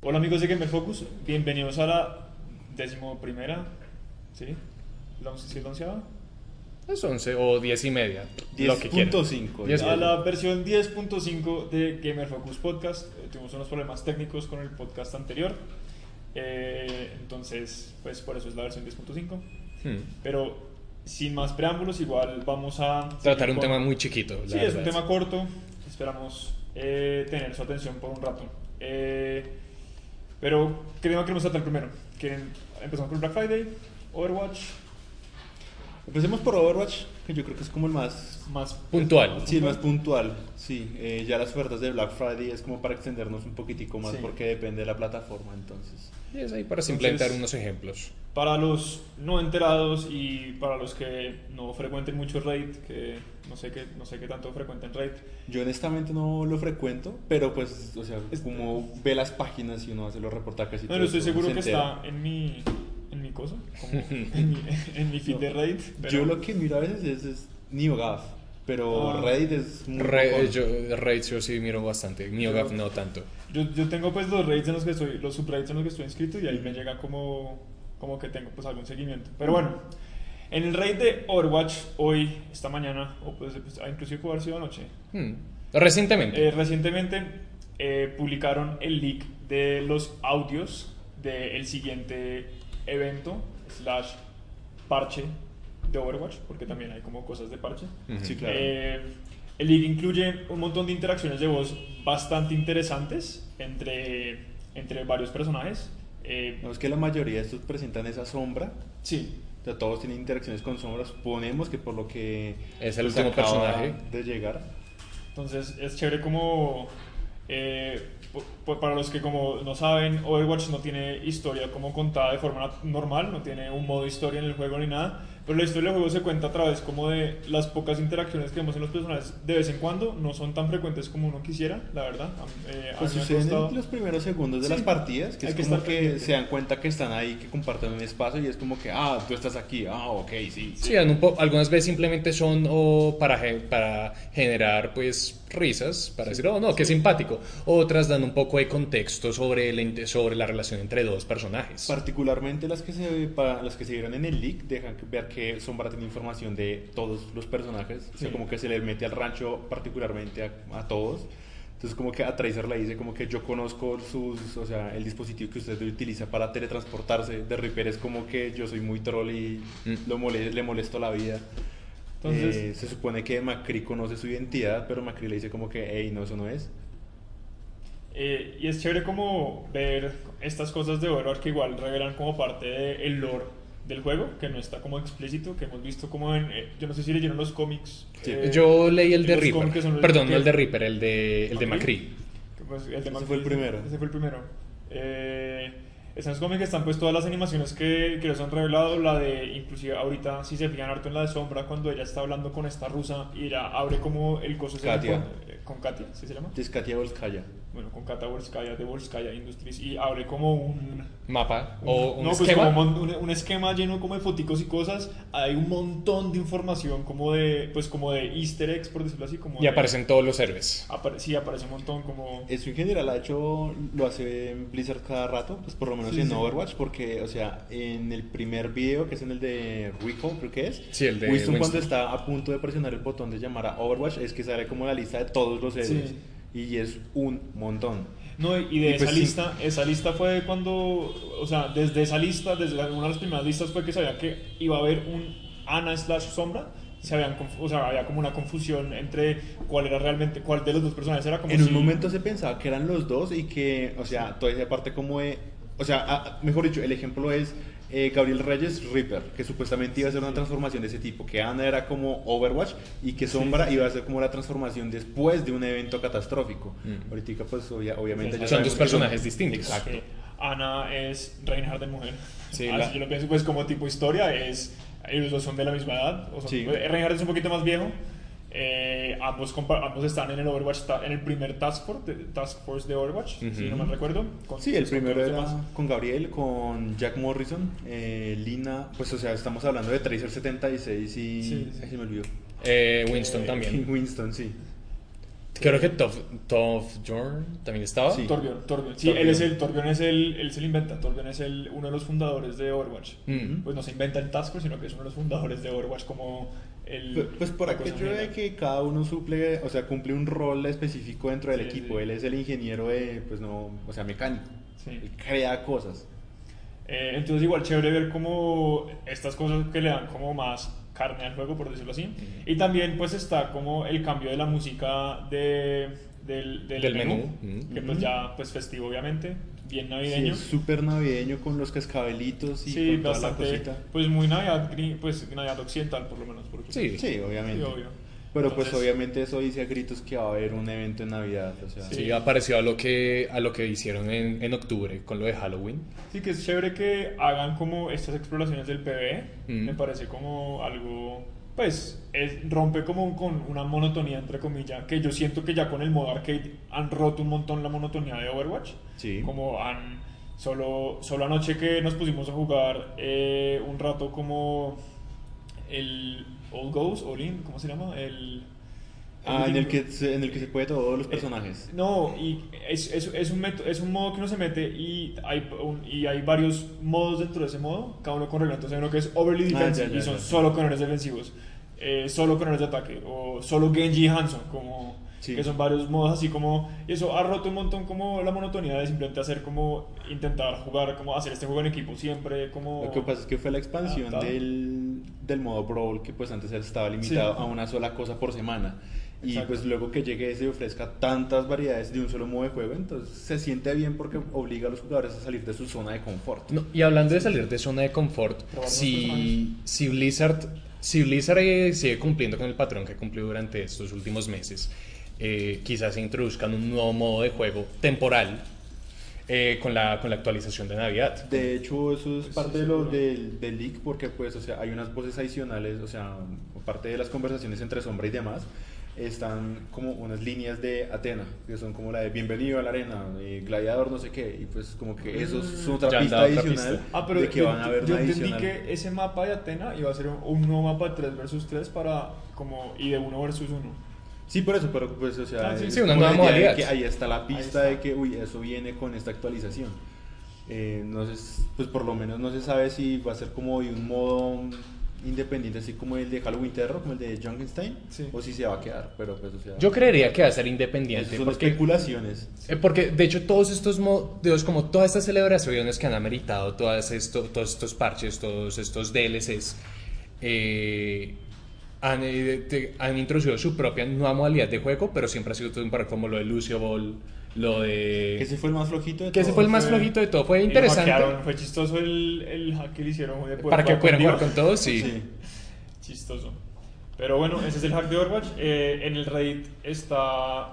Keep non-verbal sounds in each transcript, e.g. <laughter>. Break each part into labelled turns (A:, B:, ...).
A: Hola amigos de Gamer Focus, bienvenidos a la décimo primera, ¿sí? ¿La once- ¿Sí es la onceava?
B: Es 11 o 10 y media. lo que quieran.
C: 10.5.
B: Diez
A: A
C: ya.
A: la versión 10.5 de Gamer Focus Podcast. Eh, tuvimos unos problemas técnicos con el podcast anterior. Eh, entonces, pues por eso es la versión 10.5.
B: Hmm.
A: Pero sin más preámbulos, igual vamos a...
B: Tratar un
A: con-
B: tema muy chiquito.
C: Pues
B: la
A: Sí, es un
B: verdad.
A: tema corto. Esperamos eh, tener su atención por un rato. Eh, pero, ¿qué tema queremos tratar primero? ¿Quieren- Empezamos con Black Friday, Overwatch,
C: Empecemos por Overwatch, que yo creo que es como el más...
A: más...
B: Puntual.
C: Sí, el más puntual, sí. Eh, ya las ofertas de Black Friday es como para extendernos un poquitico más
A: Sí.
C: porque depende de la plataforma, entonces.
B: Y es ahí para
A: Entonces-
B: simplementar unos ejemplos.
A: Para los no enterados y para los que no frecuenten mucho Reddit, que no sé qué, no sé qué tanto frecuenten Reddit,
C: Yo honestamente no lo frecuento, pero pues, o sea,
A: Es-
C: como ve las páginas y uno hace los reportajes y
A: no,
C: todo
A: no estoy
C: eso, uno
A: seguro
C: se
A: que
C: entera.
A: está en mi, en mi cosa,
C: <laughs>
A: como en, mi, en mi feed de Reddit. pero-
C: Yo lo que miro a veces es, es NeoGAF, pero
A: Ah.
C: Reddit es muy...
B: Re, eh,
C: bocón.
B: yo, Raids yo sí miro bastante. Miogaf no tanto.
A: Yo, yo tengo pues los raids en los que estoy, los subreddits en los que estoy inscrito y ahí me llega como, como que tengo pues algún seguimiento. Pero bueno, en el raid de Overwatch hoy, esta mañana, o pues, pues, ah, inclusive puede haber sido anoche,
B: Hmm. Recientemente.
A: eh, recientemente eh, publicaron el leak de los audios del siguiente evento, slash parche de Overwatch, porque también hay como cosas de parche.
B: Ujú.
C: Sí, claro.
A: Eh, el leak incluye un montón de interacciones de voz bastante interesantes entre, entre varios personajes. Eh,
C: No, es que la mayoría de estos presentan esa sombra
A: sí,
C: O sea, todos tienen interacciones con sombras. Suponemos que por lo que.
B: Es el
C: pues,
B: último
C: acaba
B: personaje.
C: De llegar.
A: entonces es chévere como... eh, po- po- para los que como no saben, Overwatch no tiene historia como contada de forma nat- normal, no tiene un modo historia en el juego ni nada, pero la historia del juego se cuenta a través como de las pocas interacciones que vemos en los personajes de vez en cuando, no son tan frecuentes como uno quisiera, la verdad. A mí- eh, a
C: Pues
A: mí me ha
C: suceden
A: costado-
C: en los primeros segundos de
A: Sí.
C: las partidas, que
A: Hay
C: es
A: que
C: como
A: estar
C: que
A: pendiente.
C: se dan cuenta que están ahí, que comparten un espacio y es como que, ah, tú estás aquí, ah, ok, sí.
B: Sí, en un po- algunas veces simplemente son o para, gen- para generar pues risas, para decir, oh no, qué simpático. Otras dan un poco de contexto sobre, la inte- sobre la relación entre dos personajes.
C: Particularmente las que se para las que se vieron en el leak dejan que- ver que Sombra tiene información de todos los personajes, o sea,
A: Sí.
C: como que se le mete al rancho particularmente a, a todos. Entonces como que a Tracer le dice como que yo conozco sus, o sea, el dispositivo que usted utiliza para teletransportarse. De Reaper es como que yo soy muy troll y
B: Mm.
C: lo mole- le molesto la vida.
A: Entonces-
C: Eh, se supone que Macri conoce su identidad, pero Macri le dice como que, hey, no, eso no es.
A: Eh, y es chévere como ver estas cosas de Overwatch que igual revelan como parte del lore del juego, que no está como explícito, que hemos visto como en... eh, yo no sé si leyeron los cómics.
C: Sí.
A: eh,
B: Yo leí el de
A: los cómics que
B: Reaper.
A: son los-
B: Perdón,
A: que-
B: no el de Reaper, el de, el de
A: ¿Macri?
B: Macri.
A: que, pues, el de
C: Ese
A: Max
C: fue el
A: Payne,
C: primero.
A: Ese fue el primero. Eh, están los cómics que están pues todas las animaciones que, que nos han revelado, la de inclusive ahorita, si se fijan harto en la de Sombra, cuando ella está hablando con esta rusa y ella abre como el coso ese
C: Katia.
A: Con, eh, con Katia, ¿sí se llama?
C: Descatia Volskaya.
A: Bueno, con Katia Volskaya de Volskaya Industries y abre como un...
B: Mapa o un
A: no, pues
B: esquema.
A: como mon- un, un esquema lleno como de foticos y cosas. Hay un montón de información como de, pues como de easter eggs, por decirlo así. Como
B: Y
A: de-
B: aparecen Eh, todos los héroes.
A: apare- sí, aparece un montón como...
C: Eso en general ha hecho, lo hace Blizzard cada rato, pues por lo menos
A: Sí,
C: en
A: sí.
C: Overwatch, porque, o sea, en el primer video, que es en el de Rico, creo que es,
B: Sí, el de
C: Winston, cuando
B: Winston.
C: está a punto de presionar el botón de llamar a Overwatch, es que sale como la lista de todos los héroes, y es un montón.
A: No, y de
C: Y
A: esa
C: pues sí.
A: lista, esa lista fue cuando, o sea, desde esa lista, desde la- una de las primeras listas fue que sabía que iba a haber un Ana slash sombra. Se habían, conf- o sea, había como una confusión entre cuál era realmente, cuál de los dos personajes era como
C: en
A: si-
C: un momento se pensaba que eran los dos y que, o sea, toda esa parte como de O sea, a- mejor dicho, el ejemplo es eh, Gabriel Reyes Reaper, que supuestamente iba a ser una transformación de ese tipo, que Ana era como Overwatch y que Sombra iba a ser como la transformación después de un evento catastrófico.
B: Mm.
C: Ahorita pues obvia- obviamente...
A: Son
C: ya
A: dos
C: sabemos que
B: personajes distintos.
C: Exacto.
A: Sí. Ana es Reinhardt de mujer.
B: Sí,
A: Así
B: la-
A: yo lo pienso, pues como tipo historia, es, ellos dos son de la misma edad. O sea,
C: Sí.
A: pues, Reinhardt es un poquito más viejo. Eh, ambos, compa- ambos están en el Overwatch, ta- en el primer Task Force, de- Task Force de Overwatch, si no mal recuerdo. Con-
C: Sí, el
A: con
C: primero
A: los
C: era
A: demás.
C: con Gabriel, con Jack Morrison, eh, Lina, pues o sea, estamos hablando de Tracer 76
A: Sí,
C: y...
A: sí.
C: ay, se me olvidó.
B: Eh, Winston
C: Y
B: también.
C: <laughs> Winston, sí.
B: Creo que Toph, Toph Jorn también estaba.
C: Sí.
A: Torbjorn, Torbjorn. Sí,
C: Torbjorn.
A: él es el, Torbjorn es el, él se lo inventa. Torbjorn es el, uno de los fundadores de Overwatch.
B: Mm.
A: Pues no se inventa el Task Force, sino que es uno de los fundadores de Overwatch como el...
C: Pues, pues por
A: la cosa
C: aquello de
A: general.
C: que cada uno suple, o sea, cumple un rol específico dentro del
A: Sí,
C: equipo.
A: sí.
C: Él es el ingeniero, de, pues no, o sea, mecánico.
A: Sí.
C: Él crea cosas.
A: Eh, entonces igual chévere ver como estas cosas que le dan como más carne al juego, por decirlo así. Y también pues está como el cambio de la música de, del,
B: Del
A: menú,
B: menú, ujú.
A: que pues ya pues festivo obviamente, bien
C: Sí,
A: navideño.
C: es súper navideño con los cascabelitos y
A: Sí,
C: con toda la
A: bastante,
C: cosita.
A: pues muy navidad, gri- pues navidad occidental por lo menos. Porque,
B: Sí.
C: Sí, obviamente.
A: pues, Sí, obvio.
C: Pero pues
A: Entonces-
C: obviamente eso dice a gritos que va a haber un evento en Navidad. O sea,
A: Sí.
B: Sí, ha parecido a lo que, a lo que hicieron en, en octubre con lo de Halloween.
A: Sí, que es chévere que hagan como estas exploraciones del PB.
B: Mm.
A: Me parece como algo. Pues es, rompe como un- con una monotonía, entre comillas, que yo siento que ya con el modo arcade han roto un montón la monotonía de Overwatch.
C: Sí.
A: Como han. Solo, solo anoche que nos pusimos a jugar eh, un rato como el All Goes, All In, ¿cómo se llama? El.
C: Ah, en
A: último-
C: el que se, en el que se puede todos
A: Eh,
C: los personajes.
A: no, y es, es, es, un meto- es un modo que uno se mete y hay, un- y hay varios modos dentro de ese modo, cada uno con regla. Entonces hay uno que es overly
C: Ah,
A: defensive
C: ya, ya,
A: y son
C: ya.
A: solo conores defensivos, eh, solo conores de ataque, o solo Genji y Hanson, como,
C: Sí.
A: que son varios modos así como. Y eso ha roto un montón como la monotonía de simplemente hacer como intentar jugar, como hacer este juego en equipo siempre, como.
C: Lo que pasa es que fue la expansión
A: Adaptado.
C: del, del modo Brawl, que pues antes estaba limitado
A: Sí.
C: a una sola cosa por semana. Y
A: Exacto.
C: pues luego que llegue ese y ofrezca tantas variedades de un solo modo de juego, entonces se siente bien porque obliga a los jugadores a salir de su zona de confort.
B: No, y hablando de salir de zona de confort,
A: Probar
B: si, si Blizzard, si Blizzard eh, sigue cumpliendo con el patrón que ha cumplido durante estos últimos meses, eh, quizás introduzcan un nuevo modo de juego temporal eh, con, la, con la actualización de Navidad.
C: De hecho, eso es
A: Eso
C: parte de lo
A: seguro.
C: del, del leak, porque pues, o sea, hay unas voces adicionales, o sea, parte de las conversaciones entre Sombra y demás, están como unas líneas de Atena, que son como la de Bienvenido a la Arena, eh, Gladiador, no sé qué, y pues como que eso es otra
B: Ya han
C: pista
B: dado otra pista.
C: adicional
A: Mm. Ah, pero
C: de que
A: yo,
C: van a haber
A: yo
C: una
A: entendí
C: adicional.
A: que ese mapa de Atena iba a ser un, un nuevo mapa 3 versus 3 para como y de 1 versus 1.
C: Sí, por eso, pero pues, o sea,
A: Ah, sí,
C: es
B: sí, una
C: como la
B: nueva
C: idea de
B: modalidad.
C: que ahí está la
A: Ahí
C: pista
A: está.
C: de que, uy, eso viene con esta actualización. Eh, no sé, s- pues por lo menos no se sabe si va a ser como de un modo independiente, así como el de Halloween Terror, como el de Junkenstein,
A: Sí.
C: o si se va a quedar, pero pues, o sea,
B: Yo creería que va a ser
C: esas
B: independiente.
C: son
B: porque-
C: especulaciones.
B: Eh, Porque de hecho todos estos mo- Dios, como todas estas celebraciones que han ameritado, todas esto, todos estos parches, todos estos DLCs, eh, han, eh, te- han introducido su propia nueva modalidad de juego, pero siempre ha sido todo un par como lo de Lucio Ball, lo de...
C: Que ese fue el más flojito de
B: Que ese
C: todos.
B: fue el más
A: fue-
B: flojito de todo, fue
A: Y lo
B: interesante.
A: hackearon, Fue chistoso el, el hack que le hicieron. de poder
B: Para que puedan jugar
A: Dios.
B: con todos, sí.
C: Sí.
A: Chistoso. Pero bueno, ese es el hack de Overwatch. Eh, en el Reddit está,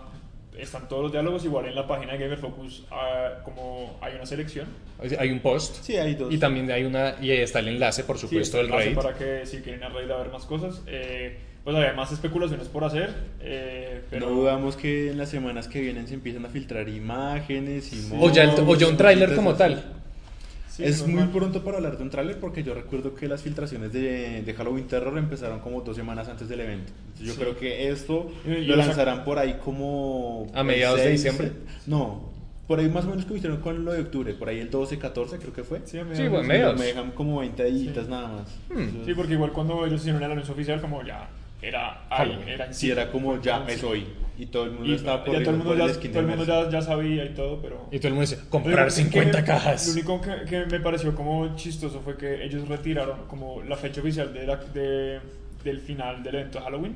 A: están todos los diálogos. Igual en la página de Gamer Focus ah, como hay una selección.
B: O sea, Hay un post.
C: Sí, hay dos.
B: Y también hay una... Y ahí está el enlace, por supuesto,
A: Sí,
B: del
A: hace
B: Reddit.
A: Para que si quieren a Reddit a ver más cosas. Eh, pues hay más especulaciones por hacer. eh, pero
C: No dudamos que en las semanas que vienen se empiezan a filtrar imágenes y
B: O ya, el- o ya un
C: mods,
B: tráiler
C: cositas
B: como
C: así.
B: tal.
A: sí,
C: es muy
A: normal.
C: pronto para hablar de un tráiler porque yo recuerdo que las filtraciones de, de Halloween Terror empezaron como dos semanas antes del evento. Entonces, Yo
A: Sí.
C: creo que esto
A: Y- y
C: lo
A: lo sac-
C: lanzarán por ahí como...
B: ¿A
C: el
B: mediados de
C: seis,
B: diciembre?
C: No, por ahí más o menos como hicieron con lo de octubre, por ahí el 12, 14 creo que fue.
A: Sí, me-
B: Sí, bueno,
C: Y
B: mediados.
C: Me dejan como 20 deditas nada más.
B: Hmm.
C: Entonces,
A: Sí, porque igual cuando ellos hicieron el anuncio oficial, como ya era ahí,
B: Halloween.
A: era en
C: sí, era como ya es hoy y todo el mundo
A: Y
C: estaba
A: ya
C: corriendo
A: todo el mundo,
C: por
A: ya,
C: el skin
A: todo el
C: del
A: mundo
C: mes.
A: ya, ya sabía y todo, pero...
B: Y todo el mundo dice,
A: Lo
B: comprar
A: único que-
B: 50 cajas.
A: Lo único que, que me pareció como chistoso fue que ellos retiraron como la fecha oficial de la- de- del final del evento de Halloween.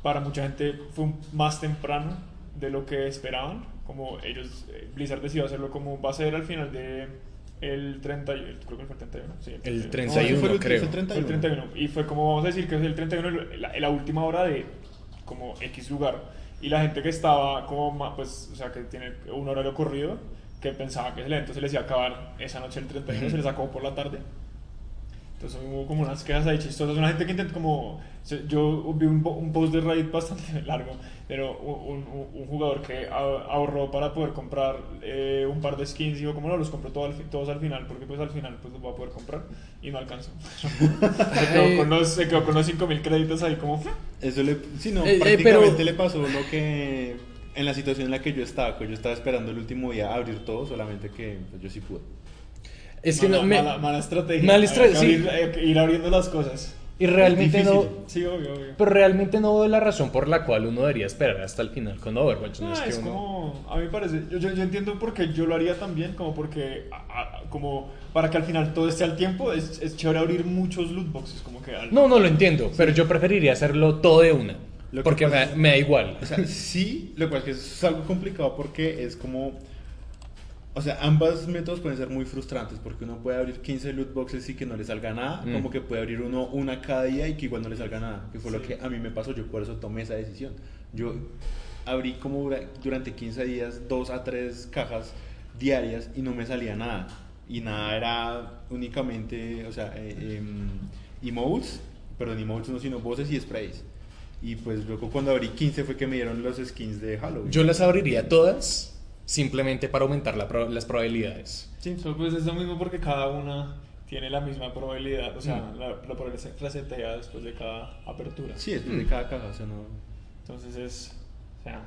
A: Para mucha gente fue un- más temprano de lo que esperaban. Como ellos, eh, Blizzard decidió hacerlo como va a ser al final de el 30, y- creo que fue el 31. Sí,
B: El
C: No,
B: 31,
C: ese fue el,
B: creo.
C: ese
A: Fue el 31. Y fue como vamos a decir que es el 31, el- la, la última hora de como X lugar. Y la gente que estaba como, ma- pues, o sea, que tiene un horario corrido, que pensaba que ese evento se les iba a acabar esa noche el 31, se les acabó por la tarde. Entonces hubo como unas quejas ahí chistosas. Una gente que intentó como... se- Yo vi un, po- un post de Reddit bastante <laughs> largo, pero un, un- un jugador que a- ahorró para poder comprar eh, un par de skins y dijo como no, los compro todo al fi- todos al final, porque pues al final pues los voy a poder comprar y no alcanzó. <laughs> se, quedó con los, se quedó con los 5.000 créditos ahí como...
C: Eso le, sí, no,
B: Eh, eh,
C: prácticamente
B: pero-
C: le pasó lo que en la situación en la que yo estaba, que yo estaba esperando el último día a abrir todo, solamente que pues, yo sí pude.
B: Es que
A: mala,
B: no me-
A: mala, mala estrategia.
B: Mala estra- sí.
A: Abrir- eh, ir abriendo las cosas.
B: y realmente
C: es
B: no,
C: difícil.
A: Sí, obvio, obvio.
B: pero realmente no veo la razón por la cual uno debería esperar hasta el final con Overwatch. No
A: Ah,
B: es que
A: es
B: uno-
A: como, a mí me parece, yo, yo, yo entiendo porque yo lo haría también, como porque, a- a- como para que al final todo esté al tiempo, es, es chévere abrir muchos loot boxes, como que al-
B: No, no lo entiendo, pero yo preferiría hacerlo todo de una,
C: Lo que
B: porque me,
C: pasa
B: da- me da igual. <laughs>
C: O sea, sí, lo cual es que es algo complicado porque es como... O sea, ambas métodos pueden ser muy frustrantes porque uno puede abrir 15 loot boxes y que no le salga nada,
B: Mm.
C: como que puede abrir uno una cada día y que igual no le salga nada, que fue lo
A: Sí.
C: que a mí me pasó, yo por eso tomé esa decisión. Yo abrí como dura- durante 15 días dos a tres cajas diarias y no me salía nada. Y nada era únicamente, o sea, eh, em, emotes, perdón, emotes no, sino voces y sprays. Y pues luego cuando abrí 15 fue que me dieron los skins de Halloween.
B: Yo las abriría todas simplemente para aumentar la pro- las probabilidades.
A: Sí, so, pues es lo mismo porque cada una tiene la misma probabilidad, o sea,
B: Mm.
A: la, la probabilidad se resetea después de cada apertura.
C: Sí, después de cada caja, o sea, no...
A: Entonces es, o sea,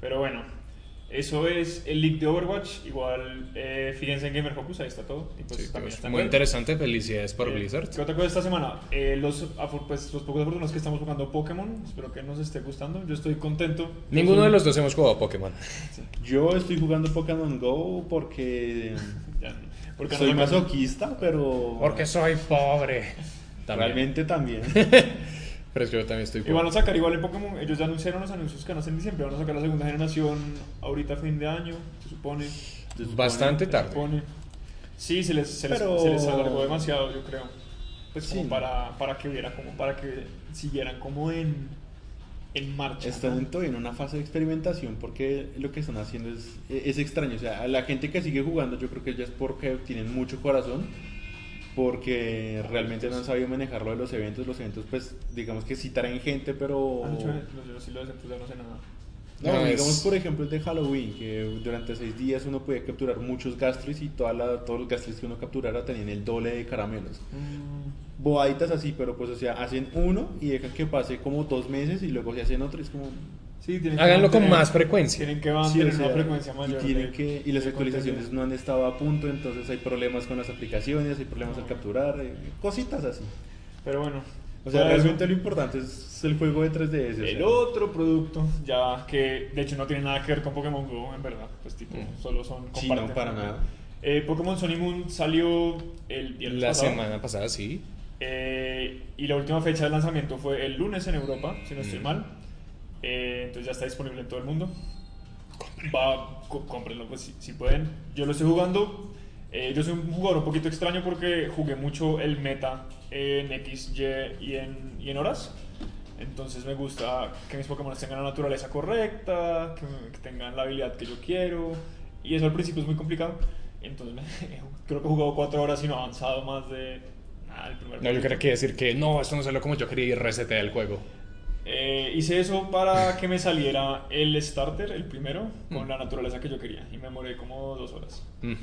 A: pero bueno, eso es el leak de Overwatch, igual eh, fíjense en Gamer Focus, ahí está todo. Y pues
B: Sí,
A: también
B: pues,
A: está
B: muy
A: en-
B: interesante, felicidades por
A: Eh,
B: Blizzard.
A: ¿Qué otra cosa esta semana? Eh, los, afor- pues, los pocos afortunados que estamos jugando Pokémon, espero que nos esté gustando, yo estoy contento.
B: Ninguno
A: Yo soy-
B: de los dos hemos jugado Pokémon.
C: Yo estoy jugando Pokémon Go porque
A: Ya, porque
C: soy
A: no me-
C: masoquista, pero
B: soy pobre. También.
C: realmente también.
B: Pero es que yo también estoy
A: Y van a
B: pobre.
A: sacar igual en Pokémon, ellos ya anunciaron los anuncios que van a hacer en diciembre, van a sacar la segunda generación ahorita a fin de año, se supone. se
C: Se supone-
B: Bastante tarde.
A: supone. Sí, se les, se, les,
C: Pero-
A: se les alargó demasiado, yo creo. Pues como
C: Sí.
A: para, para que hubiera, como para que siguieran como en, en marcha. ¿no?
C: Están todavía en una fase de experimentación porque lo que están haciendo es, e-, es extraño. O sea, a la gente que sigue jugando yo creo que ya es porque tienen mucho corazón, porque realmente no han sabido manejar lo de los eventos. Los eventos, pues, digamos que sí traen gente, pero...
A: Ah, de hecho, los- los- sí, los de Plus ya no sé nada.
C: No,
B: No,
C: digamos
B: es-
C: por ejemplo el de Halloween, que durante seis días uno podía capturar muchos gastris y toda la, todos los gastris que uno capturara tenían el doble de caramelos. Mm. Bobaditas así, pero pues o sea, hacen uno y dejan que pase como dos meses y luego se hacen otro y es como...
A: Sí, tienen que
B: Háganlo con
A: mantener-
B: más frecuencia.
A: Tienen que
C: sí, o
A: mantener
C: sea,
A: una frecuencia mayor.
C: y, tienen
A: de-
C: que, y las
A: de
C: actualizaciones
A: contenido.
C: no han estado a punto, entonces hay problemas con las aplicaciones, hay problemas al
A: No.
C: capturar, eh, cositas así.
A: Pero bueno.
C: O sea,
A: para eso,
C: realmente lo importante es el juego de 3DS. o sea.
A: El otro producto, ya que de hecho no tiene nada que ver con Pokémon Go, en verdad. Pues tipo,
B: Mm.
A: solo son
C: Sí,
A: comparten.
C: no, para nada.
A: Eh, Pokémon Sun y Moon salió el viernes
B: La
A: pasado.
B: semana pasada sí.
A: Eh, y la última fecha de lanzamiento fue el lunes en Europa, si no estoy
B: Mm.
A: mal. Eh, entonces ya está disponible en todo el mundo. Va, co- cómprenlo pues, si, si pueden. Yo lo estoy jugando. Eh, yo soy un jugador un poquito extraño porque jugué mucho el meta en X, Y y en, y en horas. Entonces me gusta que mis Pokémon tengan la naturaleza correcta, que, que tengan la habilidad que yo quiero. Y eso al principio es muy complicado. Entonces <laughs> creo que he jugado cuatro horas y no he avanzado más de... nada, el primer
B: No, yo
A: poquito.
B: creo que decir que no, esto no salió como yo quería y resetea el juego.
A: Eh, hice eso para que me saliera el starter, el primero, con
B: Mm.
A: la naturaleza que yo quería. Y me demoré como dos horas.
B: Mm.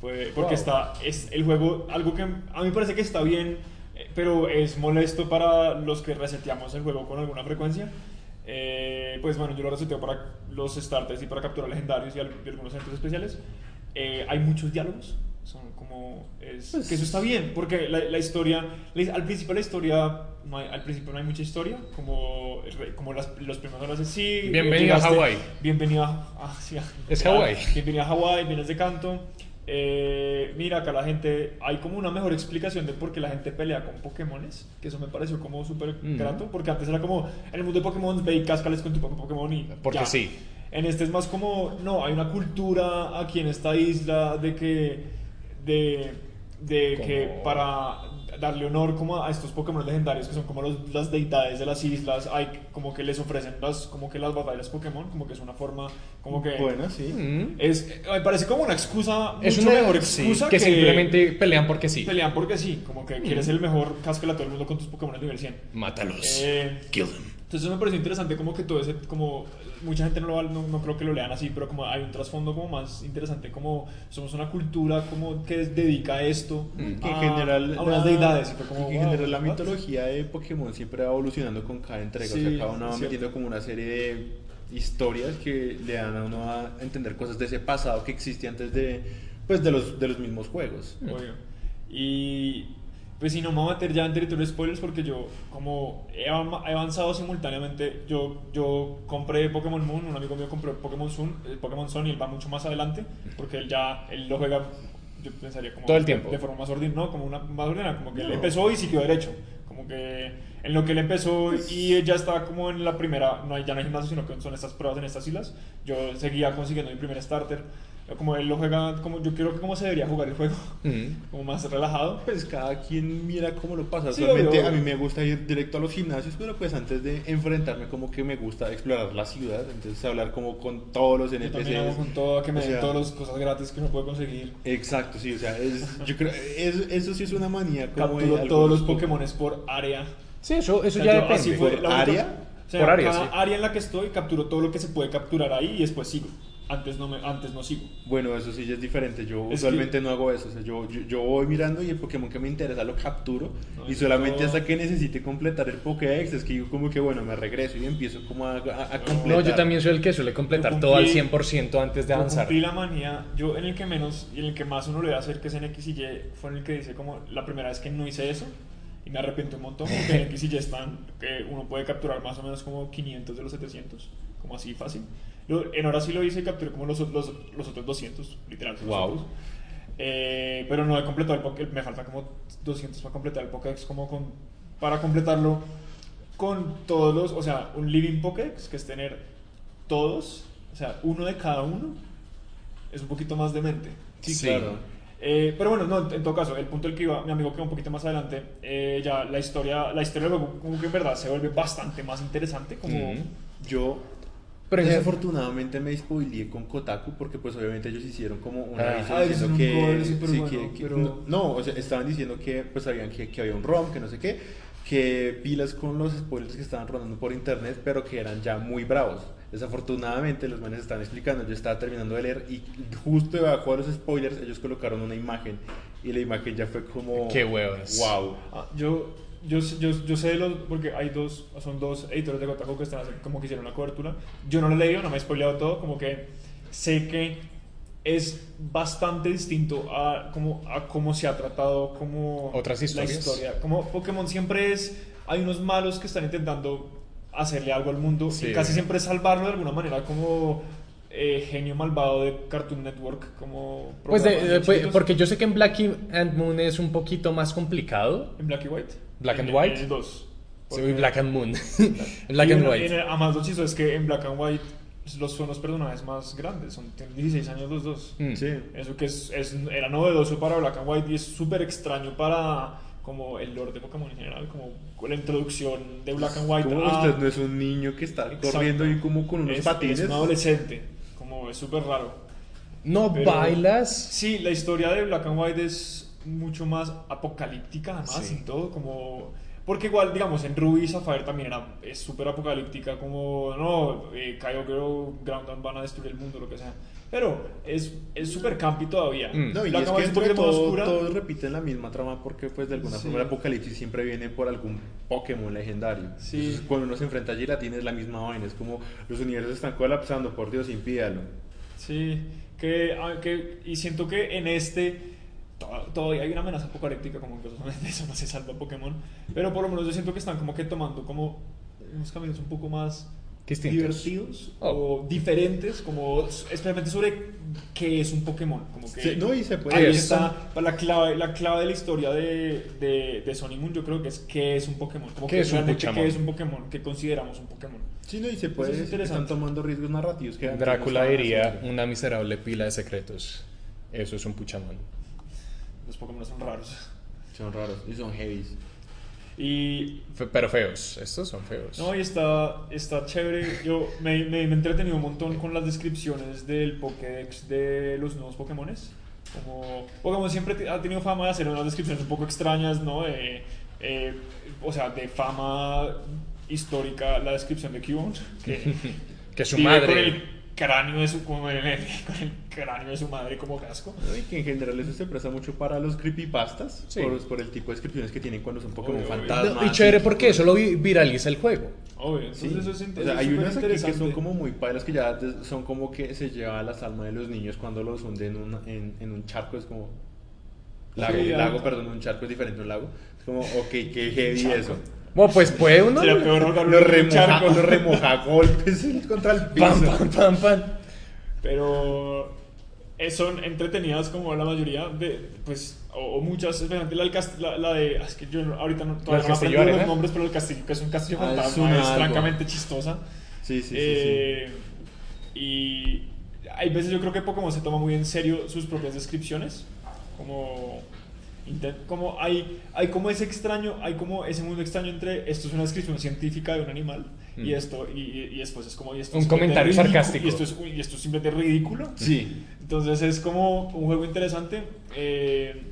A: Fue- porque
C: Wow.
A: está, es el juego, algo que a mí me parece que está bien, eh, pero es molesto para los que reseteamos el juego con alguna frecuencia. Eh, pues bueno, yo lo reseteo para los starters y para capturar legendarios y, al- y algunos eventos especiales. Eh, hay muchos diálogos. Son como. es- que eso está bien, porque la, la historia. la- al principio la historia. no hay- al principio no hay mucha historia. Como, como las, los primeros horas de sí. eh,
B: Bienvenido a
A: llegaste-
B: Hawái.
A: Bienvenido a. ah, sí, a-
B: Es Hawái.
A: Bienvenido a Hawái, vienes de canto. Eh, mira, acá la gente. Hay como una mejor explicación de por qué la gente pelea con Pokémones. Que eso me pareció como súper
B: Mm.
A: grato. Porque antes era como. En el mundo de Pokémon, ve y cáscales con tu propio Pokémon y.
B: Porque
A: ya.
B: sí.
A: En este es más como. No, hay una cultura aquí en esta isla de que. de, de
B: Como-
A: que para darle honor como a estos Pokémon legendarios que son como los- las deidades de las islas, hay como que les ofrecen las, como que las batallas Pokémon, como que es una forma, como que...
C: Bueno, sí.
B: Mm.
A: Es, eh, me parece como una excusa,
B: Es
A: mucho
B: una
A: mejor
B: sí,
A: excusa
B: que, simplemente pelean porque sí.
A: pelean porque sí, como que quieres el mejor cáscala a todo el mundo con tus Pokémon de nivel 100.
B: Mátalos.
A: Eh,
B: Kill them.
A: entonces eso me pareció interesante como que todo ese, como mucha gente no, lo, no, no creo que lo lean así, pero como hay un trasfondo como más interesante, como somos una cultura como que es- dedica esto
C: Que
A: a,
C: en general
A: Ah, a unas
C: la-
A: deidades. y fue como,
C: que en
A: wow,
C: general la
A: what?
C: mitología de Pokémon siempre va evolucionando con cada entrega.
A: Sí,
C: o sea, cada uno va
A: es cierto.
C: metiendo como una serie de historias que le dan a uno a entender cosas de ese pasado que existe antes de, pues, de, los, de los mismos juegos.
A: Obvio. Y pues si no me voy a meter ya en territorio spoilers porque yo como he av- he avanzado simultáneamente, yo, yo compré Pokémon Moon, un amigo mío compró Pokémon Sun, eh, Pokémon Sun y él va mucho más adelante porque él ya él lo juega yo pensaría como
B: Todo el tiempo.
A: de forma más ordinaria, no, como una más ordinaria, como que él empezó y siguió derecho, como que en lo que él empezó y ya estaba como en la primera, no hay ya no hay gimnasio, sino que son estas pruebas en estas islas. Yo seguía consiguiendo mi primer starter. Como él lo juega, como yo creo que como se debería jugar el juego
B: Mm.
A: como más relajado.
C: Pues cada quien mira cómo lo pasa.
A: Sí,
C: Realmente
A: obvio,
C: a mí
A: obvio.
C: me gusta ir directo a los gimnasios, pero pues antes de enfrentarme como que me gusta explorar la ciudad, entonces hablar como con todos los
A: Yo también hago
C: NPCs.
A: con todo, a que me
C: O
A: den
C: sea,
A: todas las cosas gratis que no puedo conseguir.
C: Exacto, sí, o sea, es, yo creo, es- eso sí es una manía. Como
A: Capturo
C: de algunos
A: todos los
C: po-
A: Pokémon por área.
B: Sí, eso, eso
A: O sea,
B: ya
A: yo
B: depende.
A: así fue
C: ¿Por
A: la última-
C: área?
A: O sea,
B: Por área,
A: cada
B: sí.
A: área en la que estoy capturo todo lo que se puede capturar ahí y después sigo. Antes no, me, antes no sigo.
C: Bueno, eso sí ya es diferente. Yo
A: Es
C: usualmente no hago eso. O sea, yo, yo, yo voy mirando y el Pokémon que me interesa lo capturo.
A: No,
C: y
A: yo
C: solamente
A: no.
C: hasta que necesite completar el Pokédex es que yo como que, bueno, me regreso y empiezo como a, a- a
B: No,
C: completar.
B: yo también soy el que suele completar todo al
A: cumplí-
B: 100% antes
A: Yo
B: de avanzar.
A: cumplí la manía, yo en el que menos y en el que más uno le va a hacer que es en X y Y, fue en el que dice como la primera vez que no hice eso y me arrepentí un montón porque en X y Y están, que uno puede capturar más o menos como 500 de los 700, como así fácil. Yo en hora sí lo hice y capturé como los, los, los otros 200, literal. los
C: Wow.
A: otros. Eh, pero no he completado el Pokédex, me falta como 200 para completar el Pokédex, como con, para completarlo con todos los, o sea, un Living Pokédex, que es tener todos, o sea, uno de cada uno, es un poquito más demente.
C: Sí,
B: Sí.
C: claro.
A: Eh, pero bueno, no, en, en todo caso, el punto al que iba mi amigo que iba un poquito más adelante, eh, ya la historia, la historia del juego como que en verdad se vuelve bastante más interesante, como...
B: Mm.
C: Yo
B: Pero en-
C: desafortunadamente me spoileé con Kotaku porque pues obviamente ellos hicieron como una
B: Ah.
C: edición
A: Ah, hicieron
C: diciendo
A: un
C: que,
A: cover súper
C: sí,
A: bueno,
C: que- que-
A: pero-
C: no, no, o sea, estaban diciendo que pues sabían que, que había un ROM, que no sé qué, que pilas con los spoilers que estaban rondando por internet, pero que eran ya muy bravos. Desafortunadamente los manes están explicando, yo estaba terminando de leer y justo debajo de los spoilers ellos colocaron una imagen y la imagen ya fue como
B: Qué huevas.
C: Wow.
A: Ah, yo, yo, sé- yo, yo sé de los, porque hay dos, son dos editores de Kotaku que están haciendo- como que hicieron la cobertura. Yo no lo he leído, no me he spoileado todo, como que sé que es bastante distinto a como a cómo se ha tratado como
B: Otras historias.
A: la historia. Como Pokémon siempre es, hay unos malos que están intentando hacerle algo al mundo
B: Sí.
A: y casi siempre es salvarlo de alguna manera como eh, genio malvado de Cartoon Network como
B: Pues de-
A: programas
B: de- pues,
A: chiquitos.
B: porque yo sé que en Black and Moon es un poquito más complicado.
A: en Black y White
B: Black and
A: En-
B: White.
A: en el 2
B: Sí, y Black and Moon. <laughs> Black
A: Y
B: and
A: en-
B: White.
A: en- además, lo chistoso es que en Black and White los son los personajes más grandes, son, tienen 16 años los dos.
B: Mm.
C: Sí.
A: Eso que es, es- era novedoso para Black and White y es súper extraño para como el lore de Pokémon en general, como la introducción de Black and White.
C: Como
A: a-
C: usted no es un niño que está
A: Exacto.
C: corriendo y como con unos
A: es,
C: patines.
A: Es un adolescente, como es súper raro.
B: No
A: Pero-
B: bailas.
A: Sí, la historia de Black and White es mucho más apocalíptica, además,
B: Sí.
A: y todo, como. Porque igual, digamos, en Ruby y Sapphire también era, es súper apocalíptica, como, no, eh, Kyogre, Groundon van a destruir el mundo, lo que sea. Pero es es súper campi todavía.
B: Mm.
C: No, y
A: Black and
C: es
A: White
C: que
A: es un
C: entre
A: poquito más
C: todo-
A: oscura.
C: todos repiten la misma trama porque pues de alguna
A: Sí.
C: forma el apocalipsis siempre viene por algún Pokémon legendario.
A: Sí.
C: Entonces, cuando uno se enfrenta a Giratina es la misma vaina, es como los universos están colapsando, por Dios, impídalo.
A: Sí, que, ah, que- y siento que en este to- todavía hay una amenaza apocalíptica, como que de eso <laughs> no se salva Pokémon, pero por lo menos yo siento que están como que tomando como unos caminos un poco más
B: Distintos.
A: divertidos
B: Oh.
A: o diferentes, como s- especialmente sobre qué es un Pokémon, como que
C: Sí, no, y pues, se puede-
A: ahí
B: es-
A: está la clave, la clave de la historia de, de, de Sony Moon, yo creo que es qué es un Pokémon, como
B: ¿Qué
A: que
B: es un
A: realmente
B: Puchamón?
A: qué es un Pokémon, qué consideramos un Pokémon.
C: Sí, no, y se puede
A: Eso es
C: decir que están
A: interesante.
C: tomando riesgos narrativos que antes no
B: Drácula
C: estaban
B: diría
C: haciendo.
B: una miserable pila de secretos. Eso es un puchamón.
A: Los Pokémon son raros.
C: Son raros y son heavies.
A: Y
B: Fe- Pero feos, estos son feos.
A: No, y está, está chévere. Yo me, me, me he entretenido un montón con las descripciones del Pokédex de los nuevos Pokémones. Como Pokémon siempre te- ha tenido fama de hacer unas descripciones un poco extrañas, ¿no? De, eh, o sea, de fama histórica la descripción de Cubone,
B: <laughs>
A: que
B: <laughs> que su
A: vive con
B: madre...
A: el cráneo de su como en el <laughs> meme, con el cráneo de su madre como casco.
C: Y que en general eso se presta mucho para los creepypastas
B: Sí.
C: por, por el tipo de descripciones que tienen cuando son Pokémon
A: Obvio, obvio.
C: fantasmas.
B: No, y chévere porque eso lo vi- viraliza el juego.
A: Obvio,
C: Sí.
A: entonces eso es int-
C: o
A: eso
C: sea,
A: es
C: hay unas aquí que
A: superinteresante.
C: son como muy pailas que ya des- son como que se lleva las almas de los niños cuando los hunden en, un- en, en un charco, es como... Lago,
A: Sí, ya.
C: lago, perdón, un charco es diferente a un lago. Es como, ok, qué heavy eso.
B: Bueno, pues puede uno...
A: Sería peor ahogarlo
C: Lo
A: en un
C: remoja,
A: charco.
C: lo remoja a golpes <laughs> contra el piso.
B: Pam, pam, pam, pam.
A: Pero eh, son entretenidas como la mayoría de, pues, o, o muchas, especialmente la, del cast- la, la de, es que yo no- ahorita no,
B: ¿La del
A: todavía no
B: Castillo
A: aprendo
B: de
A: los
B: Arena?
A: nombres, pero el castillo, que es un castillo
C: Ah, es
A: fantasma,
C: una
A: es
C: algo.
A: francamente chistosa.
C: Sí, sí, sí, sí.
A: Eh, Y hay veces yo creo que Pokémon se toma muy en serio sus propias descripciones, como... inten- Como hay, hay como ese extraño, hay como ese mundo extraño entre esto es una descripción científica de un animal y
B: Mm.
A: esto, y, y- y después es como, y esto
B: Un
A: es simplemente
B: comentario
A: ridículo,
B: sarcástico.
A: Y esto, es, uy, y esto es simplemente ridículo.
C: Sí.
A: Entonces es como un juego interesante. eh,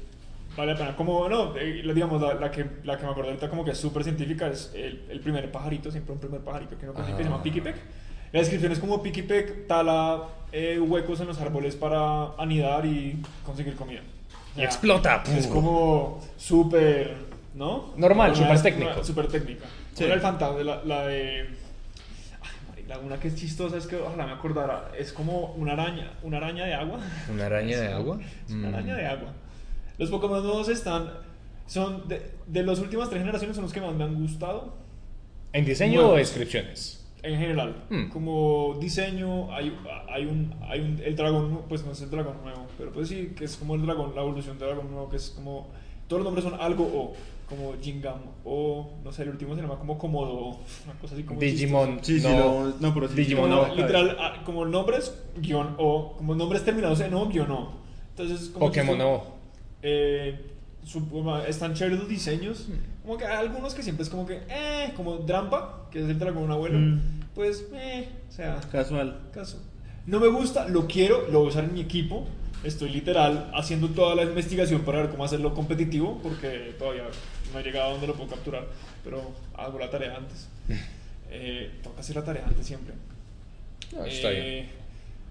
A: vale la pena. Como, no, eh, la- digamos, la, la que, la que me acuerdo ahorita como que es súper científica es el, el primer pajarito, siempre un primer pajarito que uno consigue que se llama
C: Ah.
A: Picky Peck. La descripción es como Picky Peck tala eh, huecos en los árboles para anidar y conseguir comida.
B: Y explota,
A: Es
B: pum.
A: como súper, ¿no?
B: Normal,
A: Una-
B: súper
A: una-
B: técnico.
A: Súper técnica.
C: Sí.
A: Era el fantasma, la, la de... Ay, marica, una que es chistosa es que ojalá me acordara. Es como una araña, una araña de agua.
B: ¿Una araña de agua?
A: <laughs> Es una
B: Mm.
A: araña de agua. Los Pokémon nuevos están. Son de, de las últimas tres generaciones son los que más me han gustado.
B: ¿En diseño
A: Bueno.
B: o descripciones?
A: En general,
B: Hmm.
A: como diseño, hay, hay, un, hay un. El dragón, nu- pues no es el dragón nuevo, pero pues sí, que es como el dragón, la evolución del dragón nuevo, que es como. Todos los nombres son algo o, como Jingam o, no sé, el último se llama como Komodo, una cosa así como. chistosa.
B: Digimon.
C: Sí, sí,
B: no.
C: lo- no, pero sí,
B: Digimon,
C: sí,
A: No,
B: no.
A: literal, ah, como nombres guión o, como nombres terminados en o guión o. Entonces, como
B: Pokémon
A: que-
B: no.
A: eh, su- como, están chéveres los diseños. Como que hay algunos que siempre es como que, eh, como Drampa, que es el dragón abuelo.
C: Mm.
A: Pues, eh, o sea,
C: Casual.
A: caso. No me gusta, lo quiero, lo voy a usar en mi equipo. Estoy literal haciendo toda la investigación para ver cómo hacerlo competitivo, porque todavía no he llegado a donde lo puedo capturar, pero hago la tarea antes. Eh, toca hacer la tarea antes siempre.
B: No, Ah, está
A: Eh,
B: bien.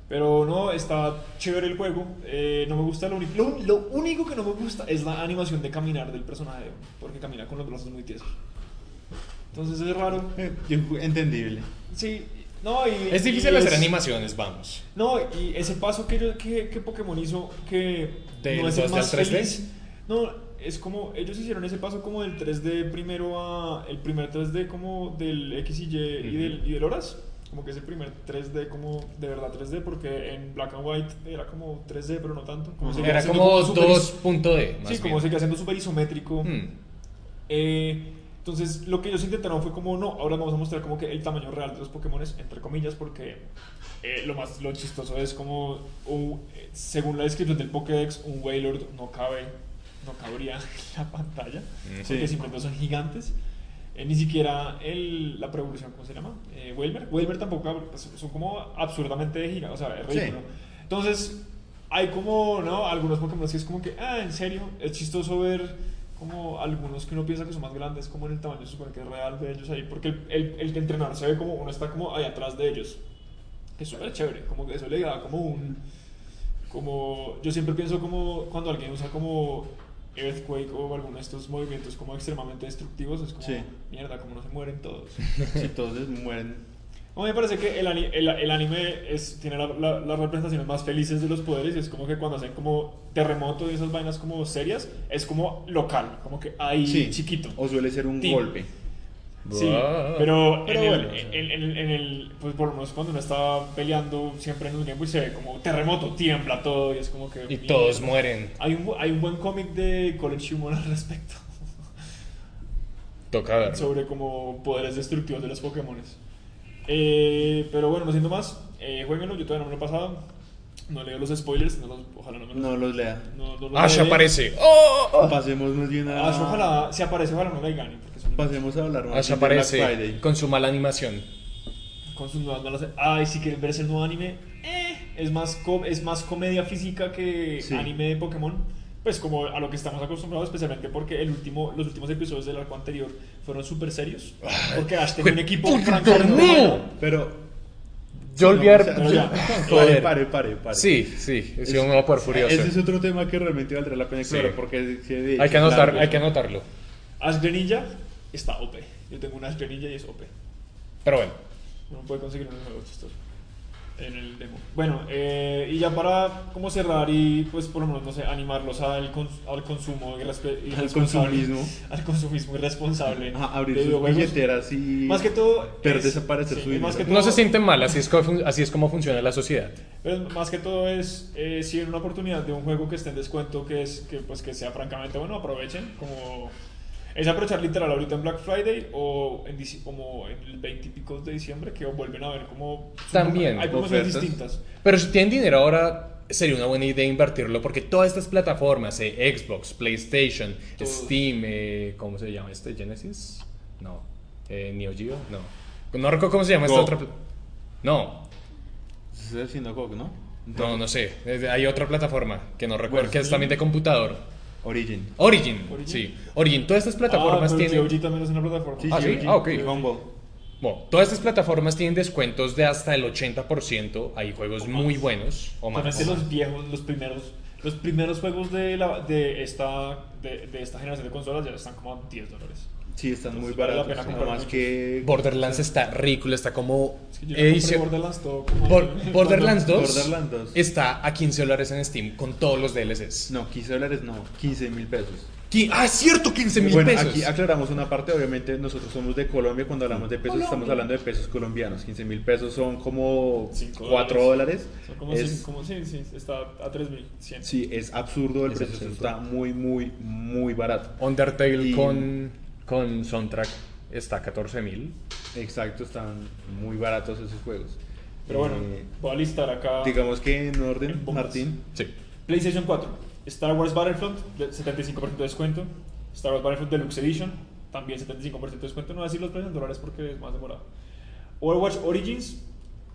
A: Pero no, está chévere el juego. Eh, no me gusta lo, uni- lo, lo único que no me gusta es la animación de caminar del personaje, porque camina con los brazos muy tiesos. Entonces es raro.
C: Eh, yo- Entendible.
A: Sí, no, y.
B: Es difícil
A: y
B: hacer
A: es-
B: animaciones, vamos.
A: No, y ese paso que, yo- que, que Pokémon hizo, que
B: ¿Del
A: no es el
B: 2D al
A: más
B: 3D?
A: feliz. No, es como. Ellos hicieron ese paso como del 3D primero a. El primer 3D como del X y Y y,
B: Ujú.
A: del, y del Horas. Como que es el primer 3D como de verdad 3D, porque en Black and White era como 3D, pero no tanto. Como
C: Ujú.
A: seguía
B: Era
A: siendo
B: como
A: super
B: 2.D. más
A: Sí, como
B: bien.
A: seguía siendo súper isométrico.
B: Mm.
A: Eh, entonces, lo que ellos intentaron fue como, no, ahora vamos a mostrar como que el tamaño real de los Pokémon, entre comillas, porque eh, lo más lo chistoso es como, un- eh, según la descripción del Pokédex, un Wailord no cabe, no cabría <laughs> en la pantalla,
B: Mm.
A: porque
C: Sí.
A: simplemente son gigantes. Eh, ni siquiera el, la prevolución, ¿cómo se llama? Eh, Welmer. Welmer tampoco, cabe, pues, son como absurdamente gigantes, o sea, es
C: Sí.
A: ridículo. Entonces, hay como, ¿no? Algunos Pokémon que es como que, ah, en serio, es chistoso ver como algunos que uno piensa que son más grandes, como en el tamaño, se supone que es real de ellos ahí, porque el, el, el entrenador se ve como uno está como ahí atrás de ellos. Que es súper chévere, como que eso le da como un. Como, yo siempre pienso como cuando alguien usa como Earthquake o alguno de estos movimientos como extremadamente destructivos, es como,
C: Sí.
A: mierda, como no se mueren todos.
C: Si todos mueren.
A: A mí me parece que el, ani- el- el anime es, tiene la- la- las representaciones más felices de los poderes y es como que cuando hacen como terremoto y esas vainas como serias, es como local, como que ahí chiquito.
C: O suele ser un
A: Tim.
C: golpe.
A: Sí,
B: Buah.
A: pero,
C: Pero
A: en,
C: bueno,
A: el,
C: o sea.
A: en- en- en el- pues por lo menos cuando uno está peleando siempre en un tiempo y se ve como terremoto, tiembla todo y es como que...
B: Y todos
A: mierda.
B: mueren.
A: Hay un, bu- hay un buen cómic de College Humor al respecto <laughs>
B: Toca ver.
A: sobre como poderes destructivos de los Pokémon. Eh, pero bueno, no siento más. Eh, jueguenlo, yo todavía no me lo he pasado. No leo los spoilers, no los- ojalá no me los...
C: No los lea.
A: no- no los
B: Ash
A: lee.
B: aparece. ¡Oh!
C: Pasemos más bien a.
A: Ash, Ah, ojalá, si aparece, ojalá no la gane, porque son
C: Pasemos a hablar más
B: Ash
C: bien de Black
B: aparece
C: Friday.
B: con su mala animación.
A: con sus nuevas balas. Ay, si quieren ver ese nuevo anime, eh, es, más com- es más comedia física que
C: Sí.
A: anime de Pokémon. Pues como a lo que estamos acostumbrados, especialmente porque el último, los últimos episodios del arco anterior fueron súper serios. Porque Ash tenía un equipo
B: ¡Puta,
A: francamente
B: no!
A: bueno.
C: Pero.
B: Yo
C: no,
B: olvidé.
C: o sea,
A: Pero
B: <laughs>
A: ya.
C: Pare,
B: Joder.
C: pare, pare, pare.
B: Sí, sí, es un nuevo poder furioso.
C: Ese es otro tema que realmente valdrá la pena explorar porque sí, de-
B: Hay que, anotar,
C: largo.
B: hay que anotarlo.
A: Ash Greninja está OP. Yo tengo un Ash Greninja y es OP.
B: Pero bueno,
A: Uno puede conseguir unos nuevos estos en el demo. Bueno, eh, y ya para como cerrar y pues por lo menos, no sé, animarlos al, cons- al consumo y respe- y
C: Al
A: responsable-
C: consumismo.
A: <laughs> Al consumismo irresponsable.
C: Ajá, abrir
A: de
C: sus
A: videojuegos.
C: billeteras y.
A: Más que todo...
C: Pero
A: es-
C: desaparecer
A: sí,
C: su dinero.
A: más que todo,
B: no se sienten mal, así es, co- fun- así es como funciona la sociedad.
A: pero Pues, más que todo es, eh, si ven una oportunidad de un juego que esté en descuento, que, es, que, pues, que sea francamente bueno, aprovechen. Como, es aprovechar literal ahorita en Black Friday o en, dic- como en el 20 y pico de diciembre, que vuelven a ver como...
B: También,
A: Hay promociones
C: ofertas.
A: distintas.
B: Pero si tienen dinero ahora, sería una buena idea invertirlo porque todas estas plataformas, eh, Xbox, PlayStation,
A: Todo.
B: Steam, eh, ¿cómo se llama este? Genesis? No. Eh, Neo Geo? No. No recuerdo cómo se llama esta
C: Go.
B: otra. pla- No,
C: Estoy haciendo coke, ¿no?
B: no, no sé. Eh, Hay otra plataforma que no recuerdo,
C: Bueno,
B: que es también de computador.
C: Origin.
B: Origin,
A: Origin.
B: sí. Origin, todas estas plataformas
A: ah, pero
B: tienen.
A: GOG también es una plataforma.
B: Ah, sí?
C: Origin.
B: Ah, ok.
C: Y Humble.
B: Bueno, todas estas plataformas tienen descuentos de hasta el 80%. Hay juegos muy buenos o más.
A: Realmente este los viejos, los primeros, los primeros juegos de, la, de, esta, de, de esta generación de consolas ya están como a 10 dólares.
C: Sí, están muy
A: Entonces, vale la
C: baratos.
A: pena
C: nada
A: comprar
C: más
A: muchos.
C: que.
B: Borderlands está ridículo, está como
A: Es que yo no compré
B: edición-
A: Borderlands todo como- <laughs>
B: Bor- Borderlands 2
C: Borderlands 2.
B: está a 15 dólares en Steam con todos los DLCs.
C: No, 15 dólares no, 15 mil pesos.
B: Qui- ah, es cierto, 15 mil
C: bueno,
B: pesos.
C: aquí aclaramos una parte, obviamente nosotros somos de Colombia, cuando hablamos de pesos estamos hablando de pesos colombianos, 15 mil pesos son como
A: Cinco
C: 4 dólares.
A: Son como, cin-
C: Es-
A: como sí, sí, está a 3100.
C: sí, es absurdo el
B: Es
C: precio,
B: absurdo.
C: está muy, muy, muy barato.
B: Undertale
C: Y-
B: con, con soundtrack está a 14 mil.
C: Exacto, están muy baratos esos juegos.
A: Pero bueno,
C: Eh,
A: voy a listar acá
C: digamos que en orden,
A: en box.
C: Martín,
B: Sí.
A: PlayStation 4, Star Wars Battlefront, de- 75% de descuento. Star Wars Battlefront Deluxe Edition, también 75% de descuento. No voy a decir los precios en dólares porque es más demorado. Overwatch Origins,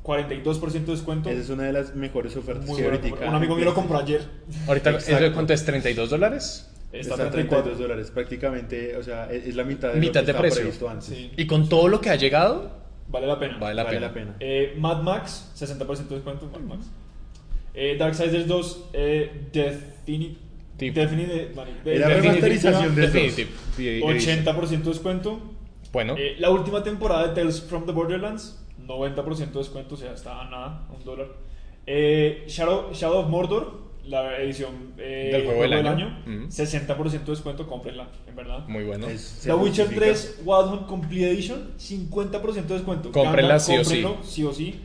A: 42% de descuento.
C: esa es una de las mejores ofertas
A: Muy
C: que
A: buena
C: ahorita-
A: compra. Un amigo mío lo compró ayer.
B: Ahorita,
C: Exacto.
B: ¿eso cuánto es? ¿32 dólares?
A: Está,
C: Está a
A: 34.
C: 32 dólares, prácticamente, o sea, e, es, es la mitad de
B: Mitad de
C: lo que estaba
B: precio.
C: previsto antes.
A: Sí.
B: Y con todo lo que ha llegado,
A: Vale la pena.
B: vale la
C: Vale
B: pena.
C: la pena.
A: Eh, Mad Max, 60% de descuento. Mad Max. Eh, Darksiders 2, eh, Defini-
B: Tip.
A: Definite- vale, de-
C: Era
A: Definitive
C: remasterización de
B: Definitive. Definitive.
A: 80% de descuento.
B: Bueno,
A: Eh, la última temporada de Tales from the Borderlands, 90% de descuento, o sea, está a nada, a un dólar. Eh, Shadow, Shadow of Mordor, la edición eh,
B: Del juego del año. Ujú.
A: 60% de descuento, cómprenla, en verdad.
B: muy bueno.
C: Es- se
A: The Witcher
C: justifica.
A: 3 Wild Hunt Complete Edition, 50% de descuento.
B: Cómprenla
A: Gandalf,
B: sí o sí.
A: cómprenlo, sí o sí.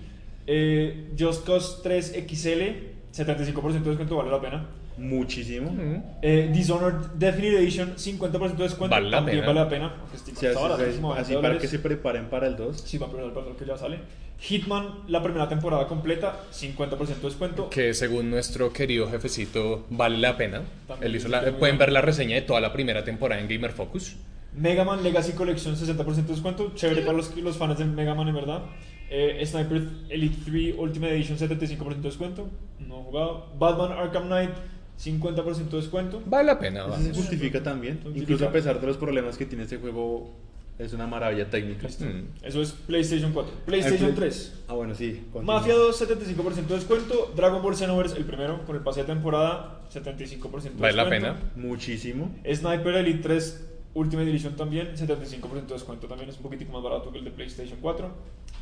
A: Eh, Just Cause 3 XL, 75% de descuento, vale la pena.
C: Muchísimo.
B: Mm.
A: Eh, Dishonored Definite Edition, 50% de descuento,
B: Vale la
A: también
B: pena.
A: vale la pena. porque este está-
C: Sí,
A: está
C: así,
A: baratísimo,
C: así
A: 20
C: para
A: dólares.
C: que se preparen para el 2.
A: Sí, va a probar para lo que ya sale. Hitman, la primera temporada completa, 50% de descuento.
B: que según nuestro querido jefecito vale la pena.
A: También
B: Él hizo
A: es
B: la-
A: muy bueno.
B: pueden ver la reseña de toda la primera temporada en Gamer Focus.
A: Mega Man Legacy Collection, 60% de descuento. Chévere para los, los fans de Mega Man, en verdad. Eh, Sniper Elite 3 Ultimate Edition, 75% de descuento. No jugado. Batman Arkham Knight, 50% de descuento.
B: Vale la pena.
A: Ah,
B: va.
C: Entonces se justifica también.
A: Justifica.
C: Incluso a pesar de los problemas que tiene este juego, es una maravilla técnica.
A: Listo.
B: Mm.
A: Eso es PlayStation 4. PlayStation
C: Al Play-
A: 3.
C: Ah, bueno, sí. continúa.
A: Mafia 2, 75% de descuento. Dragon Ball Xenoverse, el primero, con el pase de temporada, 75% de descuento.
B: Vale la pena.
C: Muchísimo.
A: Sniper Elite 3 Ultimate Edition también, 75% de descuento, también es un poquitico más barato que el de PlayStation 4.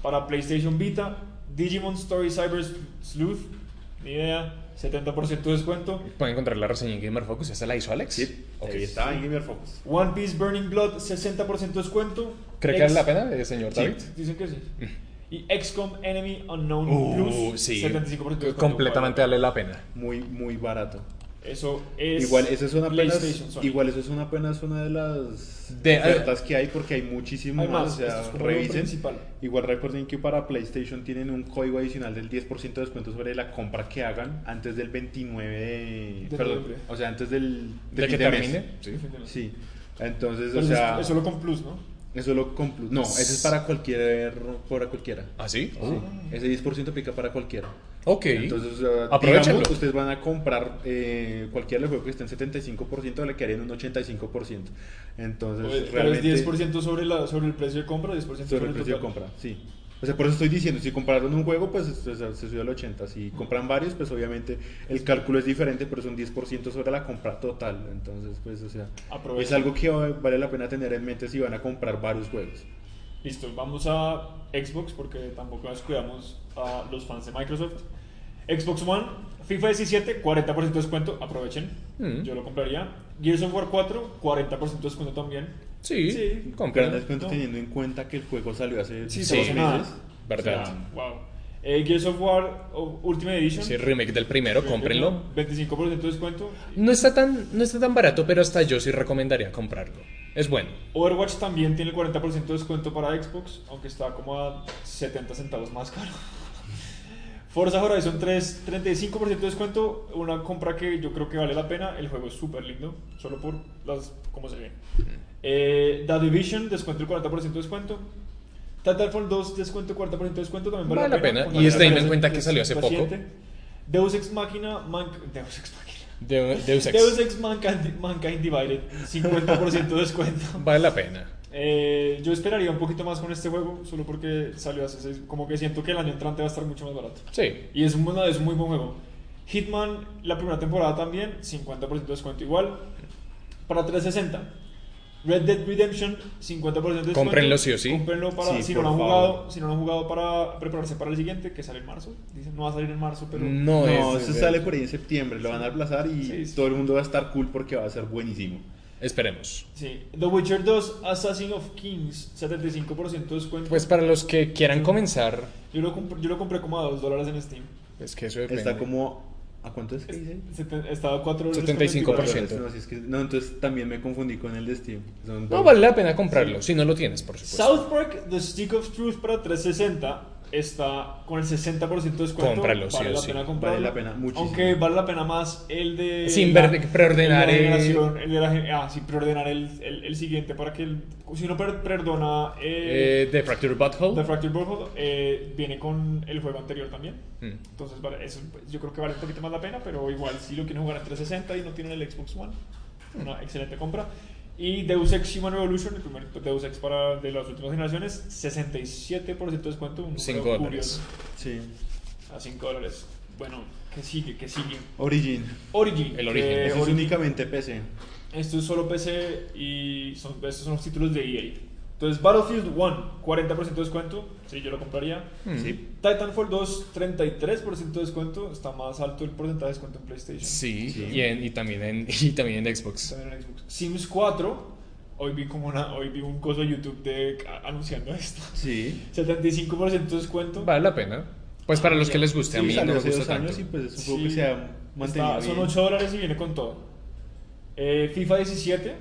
A: Para PlayStation Vita, Digimon Story Cyber Sleuth, ni idea, 70% de descuento.
B: Pueden encontrar la reseña en Gamer Focus. ¿Esa la hizo Alex?
C: Sí.
B: Ok.
C: Ahí está en Gamer Focus.
A: One Piece Burning Blood, 60% de descuento.
B: ¿Cree que
A: Ex-
B: vale la pena, eh, señor
A: Sí,
B: David?
A: dicen que sí. Y XCOM Enemy Unknown
B: Uh,
A: Plus,
B: sí.
A: 75% de descuento.
B: Completamente vale la pena.
C: Muy, muy barato.
A: Eso es.
C: Igual eso es una apenas,
A: PlayStation Sony.
C: igual eso es una apenas una de las
B: De-
C: ofertas que hay porque hay muchísimas
A: Hay más,
C: o sea,
A: esto es como lo
C: revisen.
A: principal.
C: Igual recuerden que para PlayStation tienen un código adicional del 10% de descuento sobre la compra que hagan antes del 29 de,
A: De
C: perdón,
A: noviembre.
C: o sea, antes del
B: De
C: del
B: que
C: fin de mes.
B: termine. Sí.
C: Sí. Entonces,
A: Pero
C: o
A: eso es- Ah.
C: sea,
A: eso lo con Plus, ¿no?
C: eso lo complu- no, eso es para cualquier para cualquiera.
B: ¿Ah, sí?
C: Sí, Ese 10% aplica para cualquiera.
B: Ok.
C: Entonces, o sea,
B: Aprovechenlo.
C: digamos, ustedes van a comprar eh, cualquier juego que esté en 75%, le quedaría en un 85%. Entonces,
A: Pues, Pero es- pero es
C: realmente
A: 10% sobre, la, sobre el precio de compra, 10% sobre,
C: sobre el precio de
A: total.
C: compra, sí. O sea, por eso estoy diciendo, si compraron un juego, pues o sea, se subió al 80. Si compran varios, pues obviamente el cálculo es diferente, pero es un 10% sobre la compra total. Entonces, pues, o sea,
A: Aprovechen.
C: es algo que va- vale la pena tener en mente si van a comprar varios juegos.
A: Listo, vamos a Xbox porque tampoco nos cuidamos a los fans de Microsoft. Xbox One, FIFA 17, 40% de descuento, aprovechen.
B: Mm.
A: Yo lo compraría. Gears of War 4, 40% de descuento también.
B: Sí,
A: Sí,
C: Gran
B: compren.
C: descuento
A: No.
C: teniendo en cuenta que el juego salió hace
A: Sí, Ah.
C: dos
B: sí.
A: se nada.
C: meses.
B: Verdad.
A: O sea, wow. Eh, Gears of War o- Ultimate Edition.
B: Sí, remake del primero, cómprenlo.
A: 25% de descuento.
B: No está, tan, no está tan barato, pero hasta yo sí recomendaría comprarlo. Es bueno.
A: Overwatch también tiene el 40% de descuento para Xbox, aunque está como a 70 centavos más caro. <laughs> Forza Horizon 3, 35% de descuento, una compra que yo creo que vale la pena, el juego es súper lindo, solo por las cómo se ve. Eh, The Division, descuento el 40% de descuento. Titanfall 2, descuento 40% de descuento, también vale, la pena.
B: Y es
A: Cuando
B: teniendo en
A: aparece
B: cuenta que
A: el
B: salió hace poco.
A: paciente. Deus Ex Machina, Mank- Deus Ex Machina.
B: De, Deus Ex.
A: Deus Ex Mankind, Mankind Divided, 50% de descuento.
B: <laughs> Vale la pena.
A: Eh, yo esperaría un poquito más con este juego, solo porque salió hace seis. Como que siento que el año entrante va a estar mucho más barato.
B: Sí.
A: Y es un, buen- es un muy buen juego. Hitman, la primera temporada también, 50% de descuento igual. Para 360. Red Dead Redemption, 50% de descuento.
B: Cómprenlo sí o sí.
A: Cómprenlo para,
C: Sí,
A: si, no
C: por
A: lo han
C: favor.
A: jugado, si no lo han jugado para prepararse para el siguiente, que sale en marzo. Dicen, no va a salir en marzo, pero.
B: No,
C: No,
B: es.
C: se sale por ahí en septiembre, lo van a aplazar y
A: Sí, sí.
C: todo el mundo va a estar cool porque va a ser buenísimo.
B: Esperemos.
A: Sí. The Witcher 2, Assassin of Kings, 75% de descuento.
B: Pues para los que quieran comenzar,
A: yo, lo compré, yo lo compré como a 2 dólares en Steam.
B: es que eso depende.
C: Está como ¿a cuánto es que dice?
A: Seten- Estaba 4 dólares.
B: 75%.
C: No, si es que- no, entonces también me confundí con el de Steam. Son
B: No
C: dos.
B: vale la pena comprarlo, si no lo tienes, por supuesto.
A: South Park, The Stick of Truth para 360 está con el 60% de descuento.
B: Cómpralo, sí
A: vale
B: o
A: la
B: sí.
A: pena
B: Vale
A: comprarlo.
C: la pena, muchísimo.
A: Aunque vale la pena más el de.
B: Sin
A: la-
B: ver- preordenar
A: el de la
B: el-
A: generación, el de la gen- ah, sí, preordenar el, el, el siguiente para que. el- si uno per- perdona. eh,
B: Eh, de Fracture Butthole.
A: The Fractured Butthole eh, viene con el juego anterior también.
B: Mm.
A: Entonces, vale, eso, pues, yo creo que vale un poquito más la pena, pero igual si lo quieren jugar en 360 y no tienen el Xbox One,
B: Mm.
A: una excelente compra. Y Deus Ex Human Revolution, el primer Deus Ex para de las últimas generaciones, 67% de descuento, un número
B: Cinco dólares.
A: curioso.
C: Sí.
A: a 5 dólares. Bueno, ¿qué sigue? ¿Qué sigue?
C: Origin.
A: Origin.
B: El Eh, Origin,
A: que
C: Eso es
A: Origin-
C: únicamente PC.
A: Esto es solo PC y son, estos son los títulos de EA. Entonces, Battlefield 1, 40% de descuento, sí, yo lo compraría.
B: Mm.
C: Sí.
A: Titanfall 2, 33% de descuento. Está más alto el porcentaje de descuento en PlayStation.
B: Sí,
C: Sí.
B: Y, en- y también en, <laughs> y también en Xbox.
A: También en Xbox. Sims 4. Hoy vi, como una, hoy vi un coso de YouTube de, a- anunciando esto. <laughs>
C: Sí.
A: 75% de descuento.
B: Vale la pena. Pues para los que les guste,
C: Sí,
B: a mí no
C: salió
B: me
C: hace
B: gusta
C: dos
B: tanto.
C: años y pues es un juego
A: Sí.
C: que se ha mantenido
A: Está- son
C: bien.
A: 8 dólares y viene con todo. Eh, FIFA 17,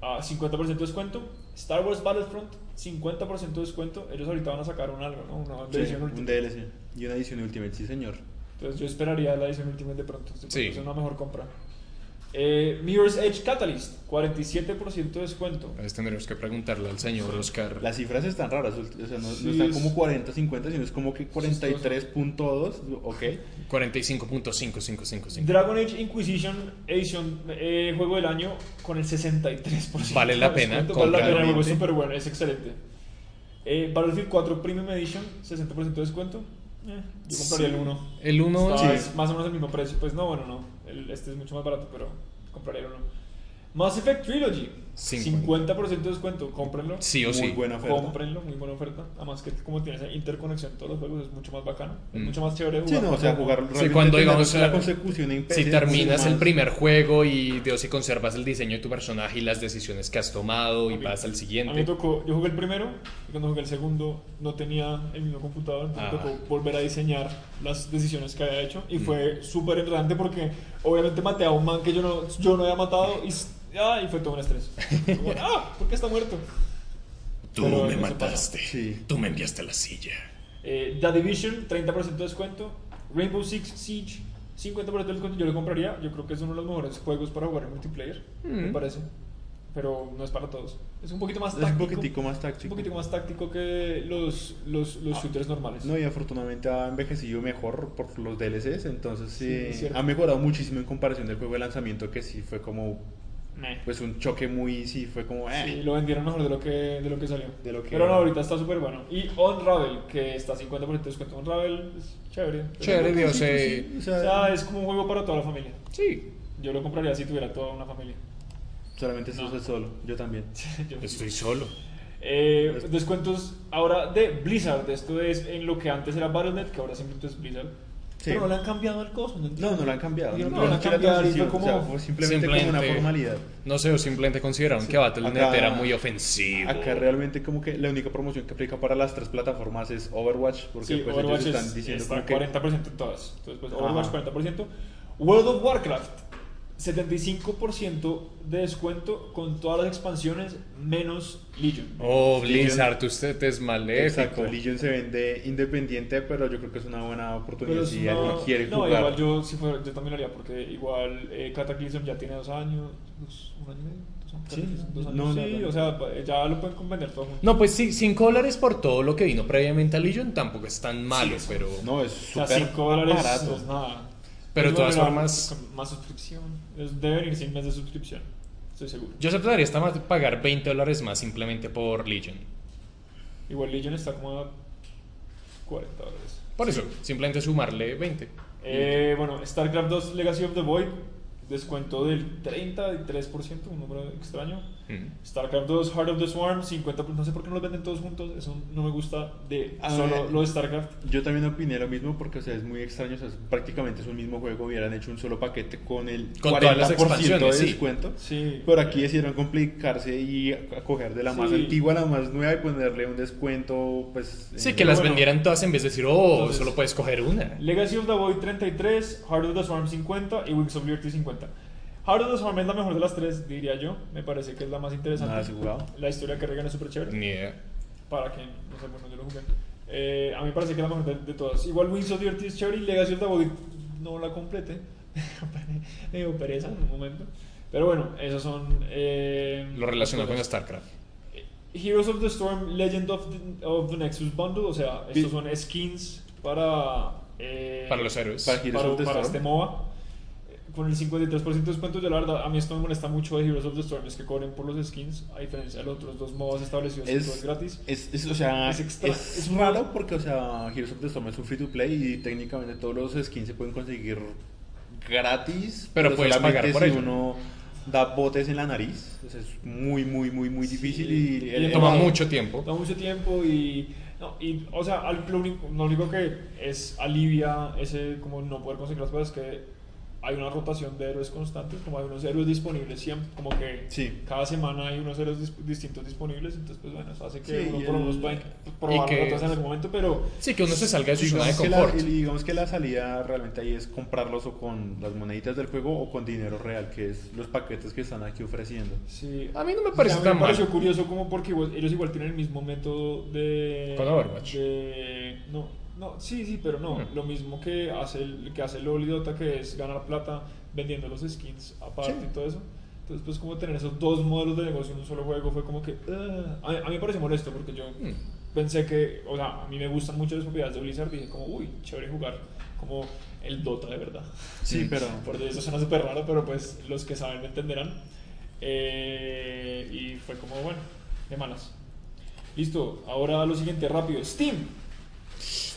A: a 50% de descuento. Star Wars Battlefront, 50% de descuento. Ellos ahorita van a sacar un algo, ¿no? Una
C: Sí,
A: edición
C: un
A: Ultimate.
C: DLC y una edición Ultimate, sí señor.
A: Entonces yo esperaría la edición Ultimate de pronto. de pronto
B: Sí.
A: Es una mejor compra. Eh, Mirror's Edge Catalyst, 47% de descuento.
B: Entonces Pues tendremos que preguntarle al señor Oscar.
C: Las cifras están raras, o sea, no, no
A: Sí,
C: están
A: es-
C: como 40, 50, sino es como que 43.2, ok.
B: 45.5555.
A: Dragon Age Inquisition Edition, eh, juego del año, con el 63%.
B: Vale la
A: de
B: pena,
A: descuento. Vale la pena, el juego es
C: completamente.
A: súper bueno, es excelente. Eh, Battlefield 4 Premium Edition, 60% de descuento. Eh, yo compraría el 1.
B: El 1
A: Estaba-
C: sí.
A: es más o menos el mismo precio. Pues no, bueno, no. El- este es mucho más barato, pero compraría el uno. Mass Effect Trilogy,
B: 50.
A: 50% de descuento, cómprenlo.
B: Sí o
C: Muy
B: sí.
C: buena oferta.
A: Cómprenlo, muy buena oferta. Además que como tiene esa interconexión en todos los juegos es mucho más bacano, es
B: Mm.
A: mucho más chévere jugar.
C: Sí, no, o
A: con-
C: sea, jugar realmente
B: cuando
C: tener
B: digamos,
C: la
B: eh,
C: consecución en PC
B: Si
C: es
B: terminas
C: mucho
B: el
C: más-
B: primer juego y Dios, si conservas el diseño de tu personaje y las decisiones que has tomado y vas al
A: A mí me
B: siguiente.
A: tocó, yo jugué el primero y cuando jugué el segundo no tenía el mismo computador, entonces me
B: Ah. Mm.
A: tocó volver a diseñar las decisiones que había hecho y fue súper enredante porque obviamente maté a un man que yo no, yo no había matado y, s- ah, y fue todo un
B: <laughs>
A: estrés. Como, ah, ¿por qué está muerto?
D: Tú
A: Pero
D: me
A: eso pasa.
D: mataste.
C: Sí.
D: Tú me enviaste a la silla.
A: Eh, The Division, 30% de descuento. Rainbow Six Siege, 50% de descuento. Yo lo compraría. Yo creo que es uno de los mejores juegos para jugar en multiplayer, me parece. Pero no es para todos. Es un poquito más
C: Es un
A: táctico.
C: poquitico más
A: es un
C: táctico. Ah.
A: poquitico más táctico que los, los, los shooters normales.
C: No, y afortunadamente ha envejecido mejor por los DLCs, entonces
A: Sí,
C: sí,
A: es cierto.
C: ha mejorado muchísimo en comparación del juego de lanzamiento que sí fue como
A: Meh.
C: pues un choque muy sí fue como eh.
A: Sí, lo vendieron mejor de lo que, de lo que salió.
C: De lo que-
A: Pero no, ahorita está súper bueno. Y Unravel, que está 50% de descuento. Unravel es chévere.
B: Chévere,
C: Sí,
B: Dios.
C: sí,
B: eh,
C: sí, o
A: O
C: sea,
A: sea, es como un juego para toda la familia.
B: Sí.
A: Yo lo compraría si tuviera toda una familia. <laughs>
C: solamente se
A: No.
C: usa solo, yo también.
A: Yo-
D: Estoy solo.
A: Eh, descuentos ahora de Blizzard. Esto es en lo que antes era Battle.net, que ahora simplemente es Blizzard.
C: Sí.
A: Pero no le han cambiado el coso. No, entiendo.
C: No, no lo han cambiado.
A: Yo no
C: No,
A: lo han
C: han hecho la
A: cambiado,
C: transición,
A: fue
C: o sea,
A: como-
C: fue simplemente, como una
B: simplemente-
C: formalidad.
B: No sé, o simplemente consideraron que Battle.net
C: acá-
B: era muy ofensivo.
C: Acá realmente como que la única promoción que aplica para las tres plataformas es Overwatch, porque
A: Sí,
C: pues
A: Overwatch
C: ellos están
A: es-
C: diciendo
A: está
C: como que
A: 40% en todas. Entonces, pues,
C: Ajá.
A: Overwatch 40%. World of Warcraft, 75% de descuento con todas las expansiones menos Legion.
B: Oh, Blizzard, usted es maléfico.
C: Exacto, Legion se vende independiente, pero yo creo que es una buena oportunidad
A: es
C: Pues, si
A: una-
C: alguien quiere
A: no,
C: jugar.
A: igual yo, si fuera- yo también lo haría, porque igual eh, Cataclysm ya tiene dos años, dos, un año y medio, dos años,
C: Sí,
A: Cataclysm, dos años.
C: no,
A: sí,
C: no, no.
A: o sea, pa- ya lo pueden convender todo junto.
B: No, pues sí, 5 dólares por todo lo que vino previamente a Legion tampoco es tan malo, pero,
C: No, es
A: O sea,
C: súper
A: 5 dólares
C: barato.
A: no es nada.
B: pero de
A: Es
B: todas
A: volver a-
B: formas,
A: con Más suscripción. Es- Debe venir sin mes de suscripción, estoy seguro.
B: yo aceptaría esta ma- pagar 20 dólares más simplemente por Legion.
A: Igual Legion está como a 40 dólares.
B: Por eso, simplemente sumarle 20.
A: Eh, bueno, StarCraft 2 Legacy of the Void, descuento del 33%, un número extraño.
B: Mm.
A: StarCraft 2 Heart of the Swarm, 50%, no sé por qué no los venden todos juntos, eso no me gusta de
C: A
A: solo
C: ver.
A: lo de StarCraft.
C: Yo también opiné lo mismo porque o sea, es muy extraño, o sea, es- prácticamente es un mismo juego, hubieran hecho un solo paquete con el
B: Con
C: 40%
B: todas las
C: de
B: expansiones, sí.
C: descuento.
A: Sí.
C: Pero aquí decidieron complicarse y a- coger de la más
A: Sí.
C: antigua a la más nueva y ponerle un descuento, pues...
B: Sí,
C: eh,
B: que las
A: bueno.
B: vendieran todas en vez de decir, oh,
A: Entonces-
B: solo puedes coger una.
A: Legacy of the Void 33, Heart of the Swarm 50 y Wings of Liberty 50. Heart of the Swarm es la mejor de las tres, diría yo. Me parece que es la más
C: Nada,
A: interesante.
C: sí, jugado.
A: la historia que regan es súper chévere.
B: Ni idea.
A: Para quien no sé, bueno, yo lo jugué. Eh, a mí me parece que es la mejor de, de todas. Igual Wings of Liberty es chévere y Legacy of the Void no la complete. <laughs> Me dio pereza en un momento. Pero bueno, esos son. eh,
B: Lo relaciono con
A: las cosas.
B: StarCraft.
A: Heroes of the Storm Legend of the, of the Nexus Bundle, o sea, estos son skins para. eh,
B: Para los héroes.
C: para Heroes
A: para,
C: of the
A: para
C: Storm.
A: este MOBA. eh, Con el 53% de descuento, yo la verdad, a mí esto me molesta mucho de Heroes of the Storm, es que cobren por los skins, a diferencia de los otros dos MOBAs establecidos, que todo es
C: Es,
A: gratis.
C: es, es, o sea,
A: Es
C: es,
A: extra- es muy-
C: raro porque, o sea, Heroes of the Storm es un free to play y técnicamente todos los skins se pueden conseguir gratis.
B: Pero puedes
C: solamente
B: pagar por
C: si
B: ello.
C: uno da botes en la nariz. o sea, es muy, muy, muy, muy difícil
A: Sí.
C: y...
A: Y el
B: Toma
A: Wow.
B: mucho tiempo.
A: Da mucho tiempo y, no, y o sea, al, lo, único, lo único que es alivia ese como no poder conseguir las cosas es que hay una rotación de héroes constantes, como hay unos héroes disponibles siempre, como que
C: Sí.
A: cada semana hay unos héroes dis- distintos disponibles, entonces pues bueno, eso hace que
C: Sí,
A: uno
C: y
A: por lo
C: el-
A: menos pueda probar
B: y que-
A: rotas en algún momento, pero
B: Sí, que uno se salga de su zona de
C: Digamos que, la,
B: confort.
C: y digamos que la salida realmente ahí es comprarlos o con las moneditas del juego o con dinero real, que es los paquetes que están aquí ofreciendo.
A: sí.
B: A mí no me parece
A: a mí
B: tan
A: me
B: mal.
A: pareció curioso como porque igual- ellos igual tienen el mismo método de...
B: Con Overwatch.
A: de- no, no, sí, sí, pero no.
B: Hmm.
A: Lo mismo que hace, el- que hace LOL y Dota, que es ganar plata vendiendo los skins aparte y todo eso. Entonces, pues como tener esos dos modelos de negocio en un solo juego fue como que... ah, a, mí, a mí me parece molesto porque yo
B: Hmm.
A: pensé que... O sea, a mí me gustan mucho las propiedades de Blizzard y dije como, uy, chévere jugar como el Dota de verdad.
C: Sí, pero...
A: Por eso suena súper raro, pero pues los que saben me entenderán. Eh, y fue como, bueno, de malas. Listo, ahora lo siguiente rápido. Steam.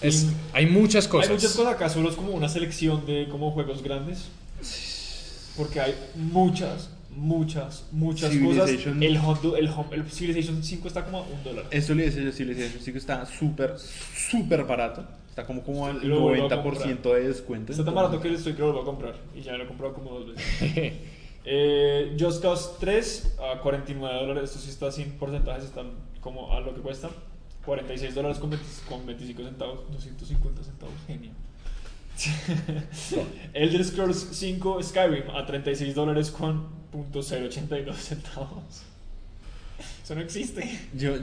B: Es-
A: Steam.
B: hay muchas cosas.
A: Hay muchas cosas acá, solo es como una selección de como juegos grandes. Porque hay muchas muchas, muchas cosas.
C: Civilization.
A: El, hot do- el, hot- el Civilization 5 está como a un dólar.
C: Esto le decía yo, sí, le decía yo, sí que está súper, súper barato. Está como, como al
A: Lo vuelvo a
C: 90% de descuento.
A: Está tan barato que estoy que lo voy a comprar. Y ya lo he comprado como dos veces.
B: <laughs>
A: eh, Just Cause 3 a 49 dólares. Esto sí está sin porcentajes, están como a lo que cuesta. 46 dólares con, 20 con 25 centavos, 250 centavos.
B: <laughs>
A: Genio. Elder Scrolls 5 Skyrim a 36 dólares con punto .082 centavos. Eso no existe.
C: Yo,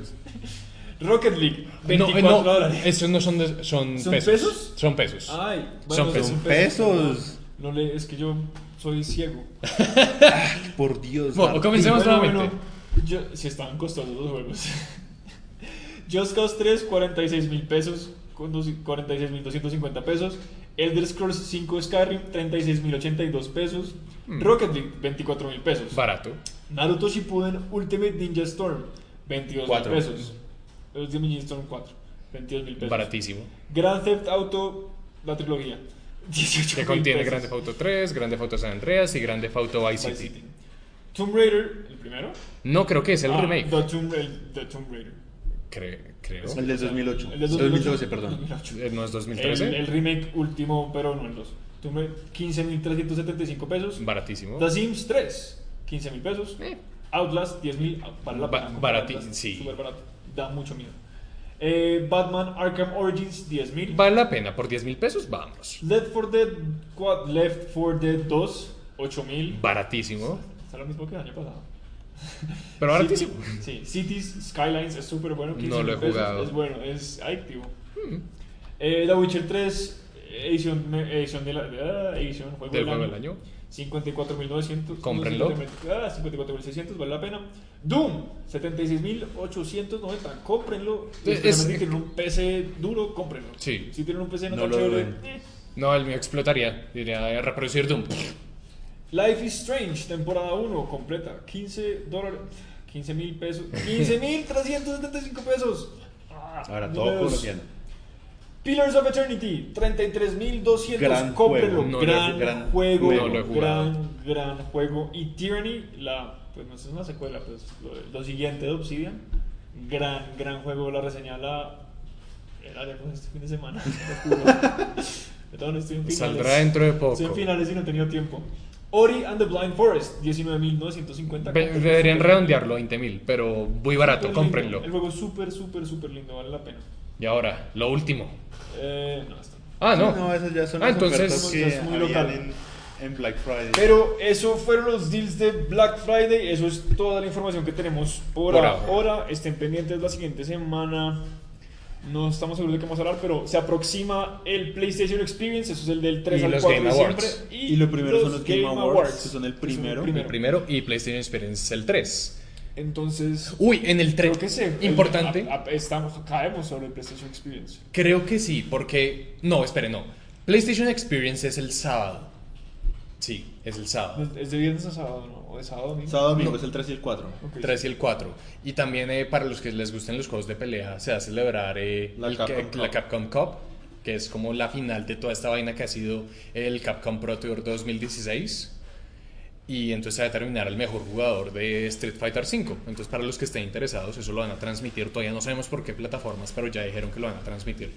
A: Rocket League,
B: No, eh,
A: 24
B: no,
A: dólares.
B: esos no son, de- son,
A: ¿Son
B: pesos.
A: pesos? Ah.
B: Son pesos.
A: Ay,
B: Son pesos.
A: son
C: Pesos.
A: No le, es que yo soy ciego.
C: por Dios.
B: Bueno,
C: Martín.
B: comencemos
A: Bueno,
B: nuevamente.
A: bueno, yo- si estaban costosos los juegos. <laughs> Just Cause 3, 46 mil pesos. Con 46 mil 250 pesos. Elder Scrolls 5 Skyrim, 36 mil 82 pesos.
B: Hmm.
A: Rocket League, 24 mil pesos.
B: Barato.
A: Naruto Shippuden Ultimate Ninja Storm, 22 mil
C: Cuatro.
A: pesos. Ultimate Ninja Storm 4, 22 mil pesos.
B: Baratísimo.
A: Grand Theft Auto, la trilogía. 18
B: Que contiene Grand Theft Auto 3, Grand Theft Auto San Andreas y Grand Theft Auto Vice City.
A: Tomb Raider, el primero.
B: No, creo que es el
A: Ah,
B: remake.
A: The Tomb, el- The Tomb Raider.
B: Cre- creo.
C: El del 2008.
A: El del
C: 2012, perdón.
A: 2008.
B: Eh, ¿No es
A: El,
B: 2013?
A: el remake último, pero no el 2. Tomb Raider, 15.375 pesos.
B: Baratísimo.
A: The Sims 3, 15.000 pesos.
B: Eh.
A: Outlast, 10.000. ah, Vale la
B: Ba-
A: pena.
B: barati-
A: Outlast,
B: sí.
A: Súper barato. Da mucho miedo. Eh, Batman Arkham Origins, 10.000.
B: Vale la pena. Por 10 mil pesos, vamos.
A: Left 4 Dead, cua- Left 4 Dead 2, 8.000.
B: Baratísimo.
A: Está lo mismo que el año pasado.
B: Pero baratísimo.
A: Sí, Cities Skylines es súper bueno.
B: No
A: 15.000
B: lo he
A: pesos,
B: jugado. Mm.
A: Es bueno, es adictivo. Eh, The Witcher 3, edición, edición, de la, de- edición juego
B: Del juego del año.
A: 54.900.
B: Cómprenlo.
A: Ah, 54.600, vale la pena. Doom, 76.890. Cómprenlo.
B: Eh,
A: Especialmente
B: es-
A: si tienen un PC duro, cómprenlo.
B: Sí.
A: Si tienen un PC no,
C: No
A: tan
C: lo
A: chévere.
C: duden.
A: eh.
B: No, el mío explotaría. Diría eh, reproducir Doom.
A: Life is Strange, temporada 1, completa. 15 dólares. 15 mil pesos. 15.375 pesos. Ah,
C: Ahora
A: números.
C: todo colombiano.
A: Pillars of Eternity, 33.200.
C: Gran
A: Cómprenlo.
C: juego.
B: No
A: gran,
B: lo he-
C: gran
A: juego.
C: juego.
B: No lo he jugado.
A: gran, gran juego. Y Tyranny, la, pues no es una secuela, pues lo, lo siguiente de Obsidian. Gran, gran juego. La reseña la. la haremos este fin de semana. <laughs> te juro. Yo todavía no estoy en finales.
B: Saldrá dentro de poco.
A: Estoy en finales y no he tenido tiempo. Ori and the Blind Forest, 19.950.
B: Ve- Deberían redondearlo a 20 mil, pero muy barato.
A: Súper lindo. El
B: Cómprenlo.
A: juego es súper, súper, súper lindo. Vale la pena.
B: Y ahora, lo último.
A: Eh, no, está.
B: Ah, no.
C: No, esas ya son
B: Ah,
C: las
B: entonces.
C: ofertas que
A: es muy
C: habían
A: local.
C: En, en Black Friday.
A: Pero eso fueron los deals de Black Friday. Eso es toda la información que tenemos por,
B: Por
A: ahora.
B: ahora.
A: Estén pendientes la siguiente semana. No estamos seguros de qué vamos a hablar, pero se aproxima el PlayStation Experience. Eso es el del 3
B: Y
A: al
B: los
A: 4
B: Game
A: de
B: Awards.
A: diciembre.
C: Y lo primero son los Game Awards, que son el
A: que
C: primero.
B: El primero y PlayStation Experience el 3.
A: Entonces,
B: Uy, en el 3.
A: creo que sí. el-
B: Importante.
A: a- a- estamos, caemos sobre el PlayStation Experience.
B: Creo que sí, porque. No, espere, no. PlayStation Experience es el sábado. Sí, es el sábado.
A: Es de viernes a sábado, ¿no? O de sábado a domingo.
C: Sábado, domingo es el 3 y el 4.
A: Ok.
B: 3 y el 4. Y también eh, para los que les gusten los juegos de pelea, se va a celebrar eh,
C: La
B: el
C: Capcom
B: ca-
C: Cup.
B: la Capcom Cup, que es como la final de toda esta vaina que ha sido el Capcom Pro Tour 2016. Y entonces se va a determinar el mejor jugador de Street Fighter V. Entonces, para los que estén interesados, eso lo van a transmitir. Todavía no sabemos por qué plataformas, pero ya dijeron que lo van a transmitir.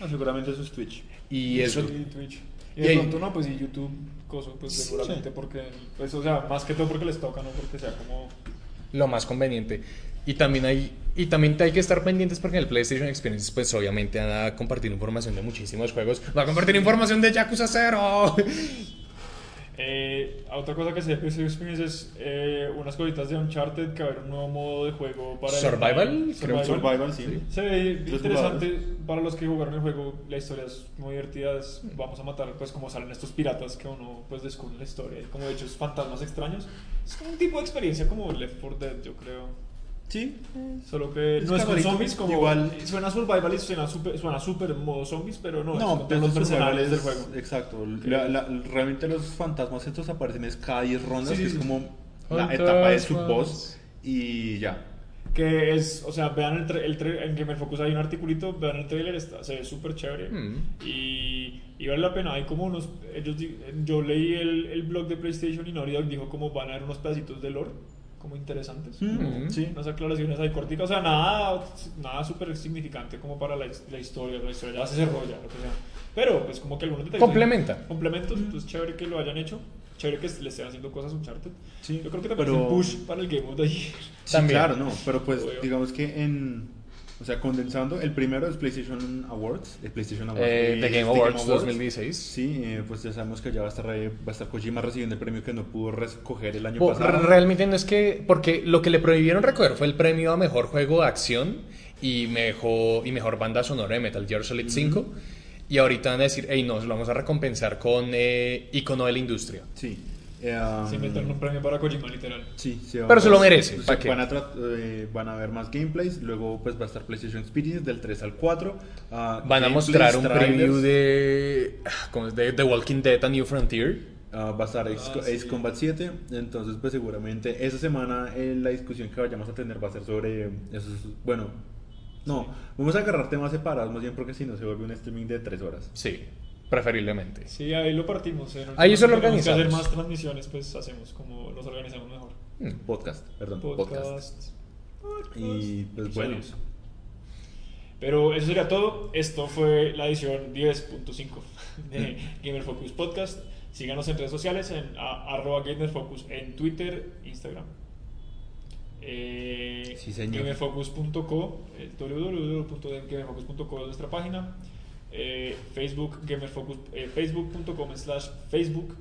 C: Ah, seguramente eso es Twitch.
B: Y eso.
A: Y Twitch. Y
B: Y
A: de
B: ahí-
A: pronto no, pues y YouTube, cosas, pues seguramente porque, pues, o sea, más que todo porque les toca, no porque sea como...
B: lo más conveniente. Y también hay, y también hay que estar pendientes porque en el PlayStation Experience, pues obviamente van a compartir información de muchísimos juegos. Va a compartir información de Yakuza 0.
A: Eh, otra cosa que se ve en Experience es eh, unas cositas de Uncharted, que va a haber un nuevo modo de juego para... el-
B: Survival,
A: Survival.
C: Survival, sí.
A: Se ve interesante
C: jugadores.
A: para los que jugaron el juego, la historia es muy divertida, es- vamos a matar pues como salen estos piratas que uno pues descubre la historia, y como de hecho es fantasmas extraños, es como un tipo de experiencia como Left 4 Dead yo creo.
C: Sí.
A: Solo que
C: Es
A: no es con
C: camarito,
A: zombies como
C: igual.
A: suena survival y suena super, suena super modo zombies, pero no,
C: No,
A: es
C: pero
A: los
C: los
A: personajes
C: personales
A: del juego.
C: Exacto. La- la- realmente los fantasmas estos aparecen es cada 10 rondas,
A: Sí,
C: que
A: sí,
C: es
A: sí.
C: como la
B: Fantasmas.
C: etapa de su voz y ya.
A: Que es, o sea, vean el, tra- el tra- en Gamer Focus hay un articulito, vean el trailer, está, se ve súper chévere
B: Mm.
A: y, y vale la pena. Hay como unos, ellos, di- yo leí el, el blog de PlayStation y Naughty Dog dijo como van a haber unos pedacitos de lore, como interesantes.
B: Mm.
A: Sí, unas aclaraciones ahí corticas, o sea, nada, nada súper significante como para la, his- la historia, la historia ya se desarrolla, lo que sea. Pero, pues como que algunos detalles...
B: Complementa.
A: Complementos, entonces chévere que lo hayan hecho, chévere que le estén haciendo cosas a Uncharted.
C: Sí,
A: Yo creo que también
C: pero-
A: es un push para el Game of the Year.
C: Sí,
B: También.
C: claro, no, pero pues
A: Obvio.
C: digamos que en, o sea, condensando, el primero es PlayStation Awards, el PlayStation Awards,
B: Eh,
C: eh,
B: The Game
C: Game
B: Awards 2016.
C: Sí, eh, pues ya sabemos que ya va a estar, re- va a estar Kojima recibiendo el premio que no pudo recoger el año
B: Bo-
C: pasado.
B: Realmente no es que, porque lo que le prohibieron recoger fue el premio a mejor juego de acción y mejor, y mejor banda sonora de Metal Gear Solid 5. Y ahorita van a decir, hey, nos lo vamos a recompensar con eh, icono de la industria.
C: Sí. eh,
B: Ah.
A: Se inventaron un premio para Kojima, literal.
C: Sí, sí,
B: Pero se lo merece,
C: O sea,
B: ¿pa' qué?
C: Van a, trat- eh, van a ver más gameplays, luego pues va a estar PlayStation Experience del 3 al 4. ah,
B: Van a
C: gameplays,
B: mostrar un
C: trailers,
B: preview de, ah, ¿cómo es? de The Walking Dead a New Frontier.
C: ah, va a estar Ace,
A: Ah, sí.
C: Ace Combat 7, entonces pues seguramente esa semana eh, la discusión que vayamos a tener va a ser sobre eh, esos, bueno, no, vamos a agarrar temas separados más bien porque si no se vuelve un streaming de 3 horas.
B: Sí, preferiblemente.
A: Sí, ahí lo partimos. en
B: Ahí eso lo
A: tenemos que hacer
B: organizamos.
A: más transmisiones, pues hacemos como los organizamos mejor.
B: Mm.
C: Podcast, perdón, podcast.
A: Podcast. podcast.
C: Y pues bueno,
A: Episodios. Pero eso sería todo. Esto fue la edición 10.5 <laughs> de Gamer Focus Podcast. Síganos en redes sociales, en a- arroba Gamer Focus en Twitter, Instagram. Eh,
C: Sí, señor.
A: Gamerfocus.co, eh, www.gamerfocus.co es nuestra página. Eh, Facebook, gamerfocus, eh, facebook.com slash Facebook.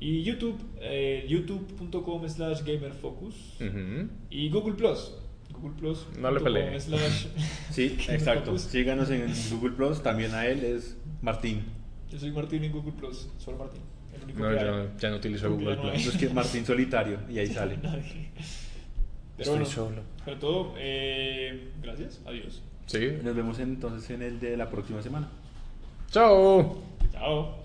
A: Y YouTube, eh, youtube.com slash gamerfocus.
C: Mm.
B: Ujú.
A: Y Google Plus. Google Plus.
B: No le pelee.
A: slash-
C: <laughs> sí,
A: Gamer
C: exacto.
A: Focus.
C: Síganos en Google Plus, también a él es Martín.
A: Yo soy Martín en Google Plus. Solo Martín. El único
B: No,
A: que
B: ya,
A: hay.
B: no- ya no utilizo
A: Porque
B: Google
A: ya no
B: Plus.
A: hay.
C: Es que Martín solitario y ahí sale.
A: <laughs> Nadie. Pero
B: Estoy
A: bueno,
B: solo.
A: Pero todo, eh, gracias. Adiós.
B: Sí.
C: Nos vemos entonces en el de la próxima semana.
B: Chao.
A: Chao.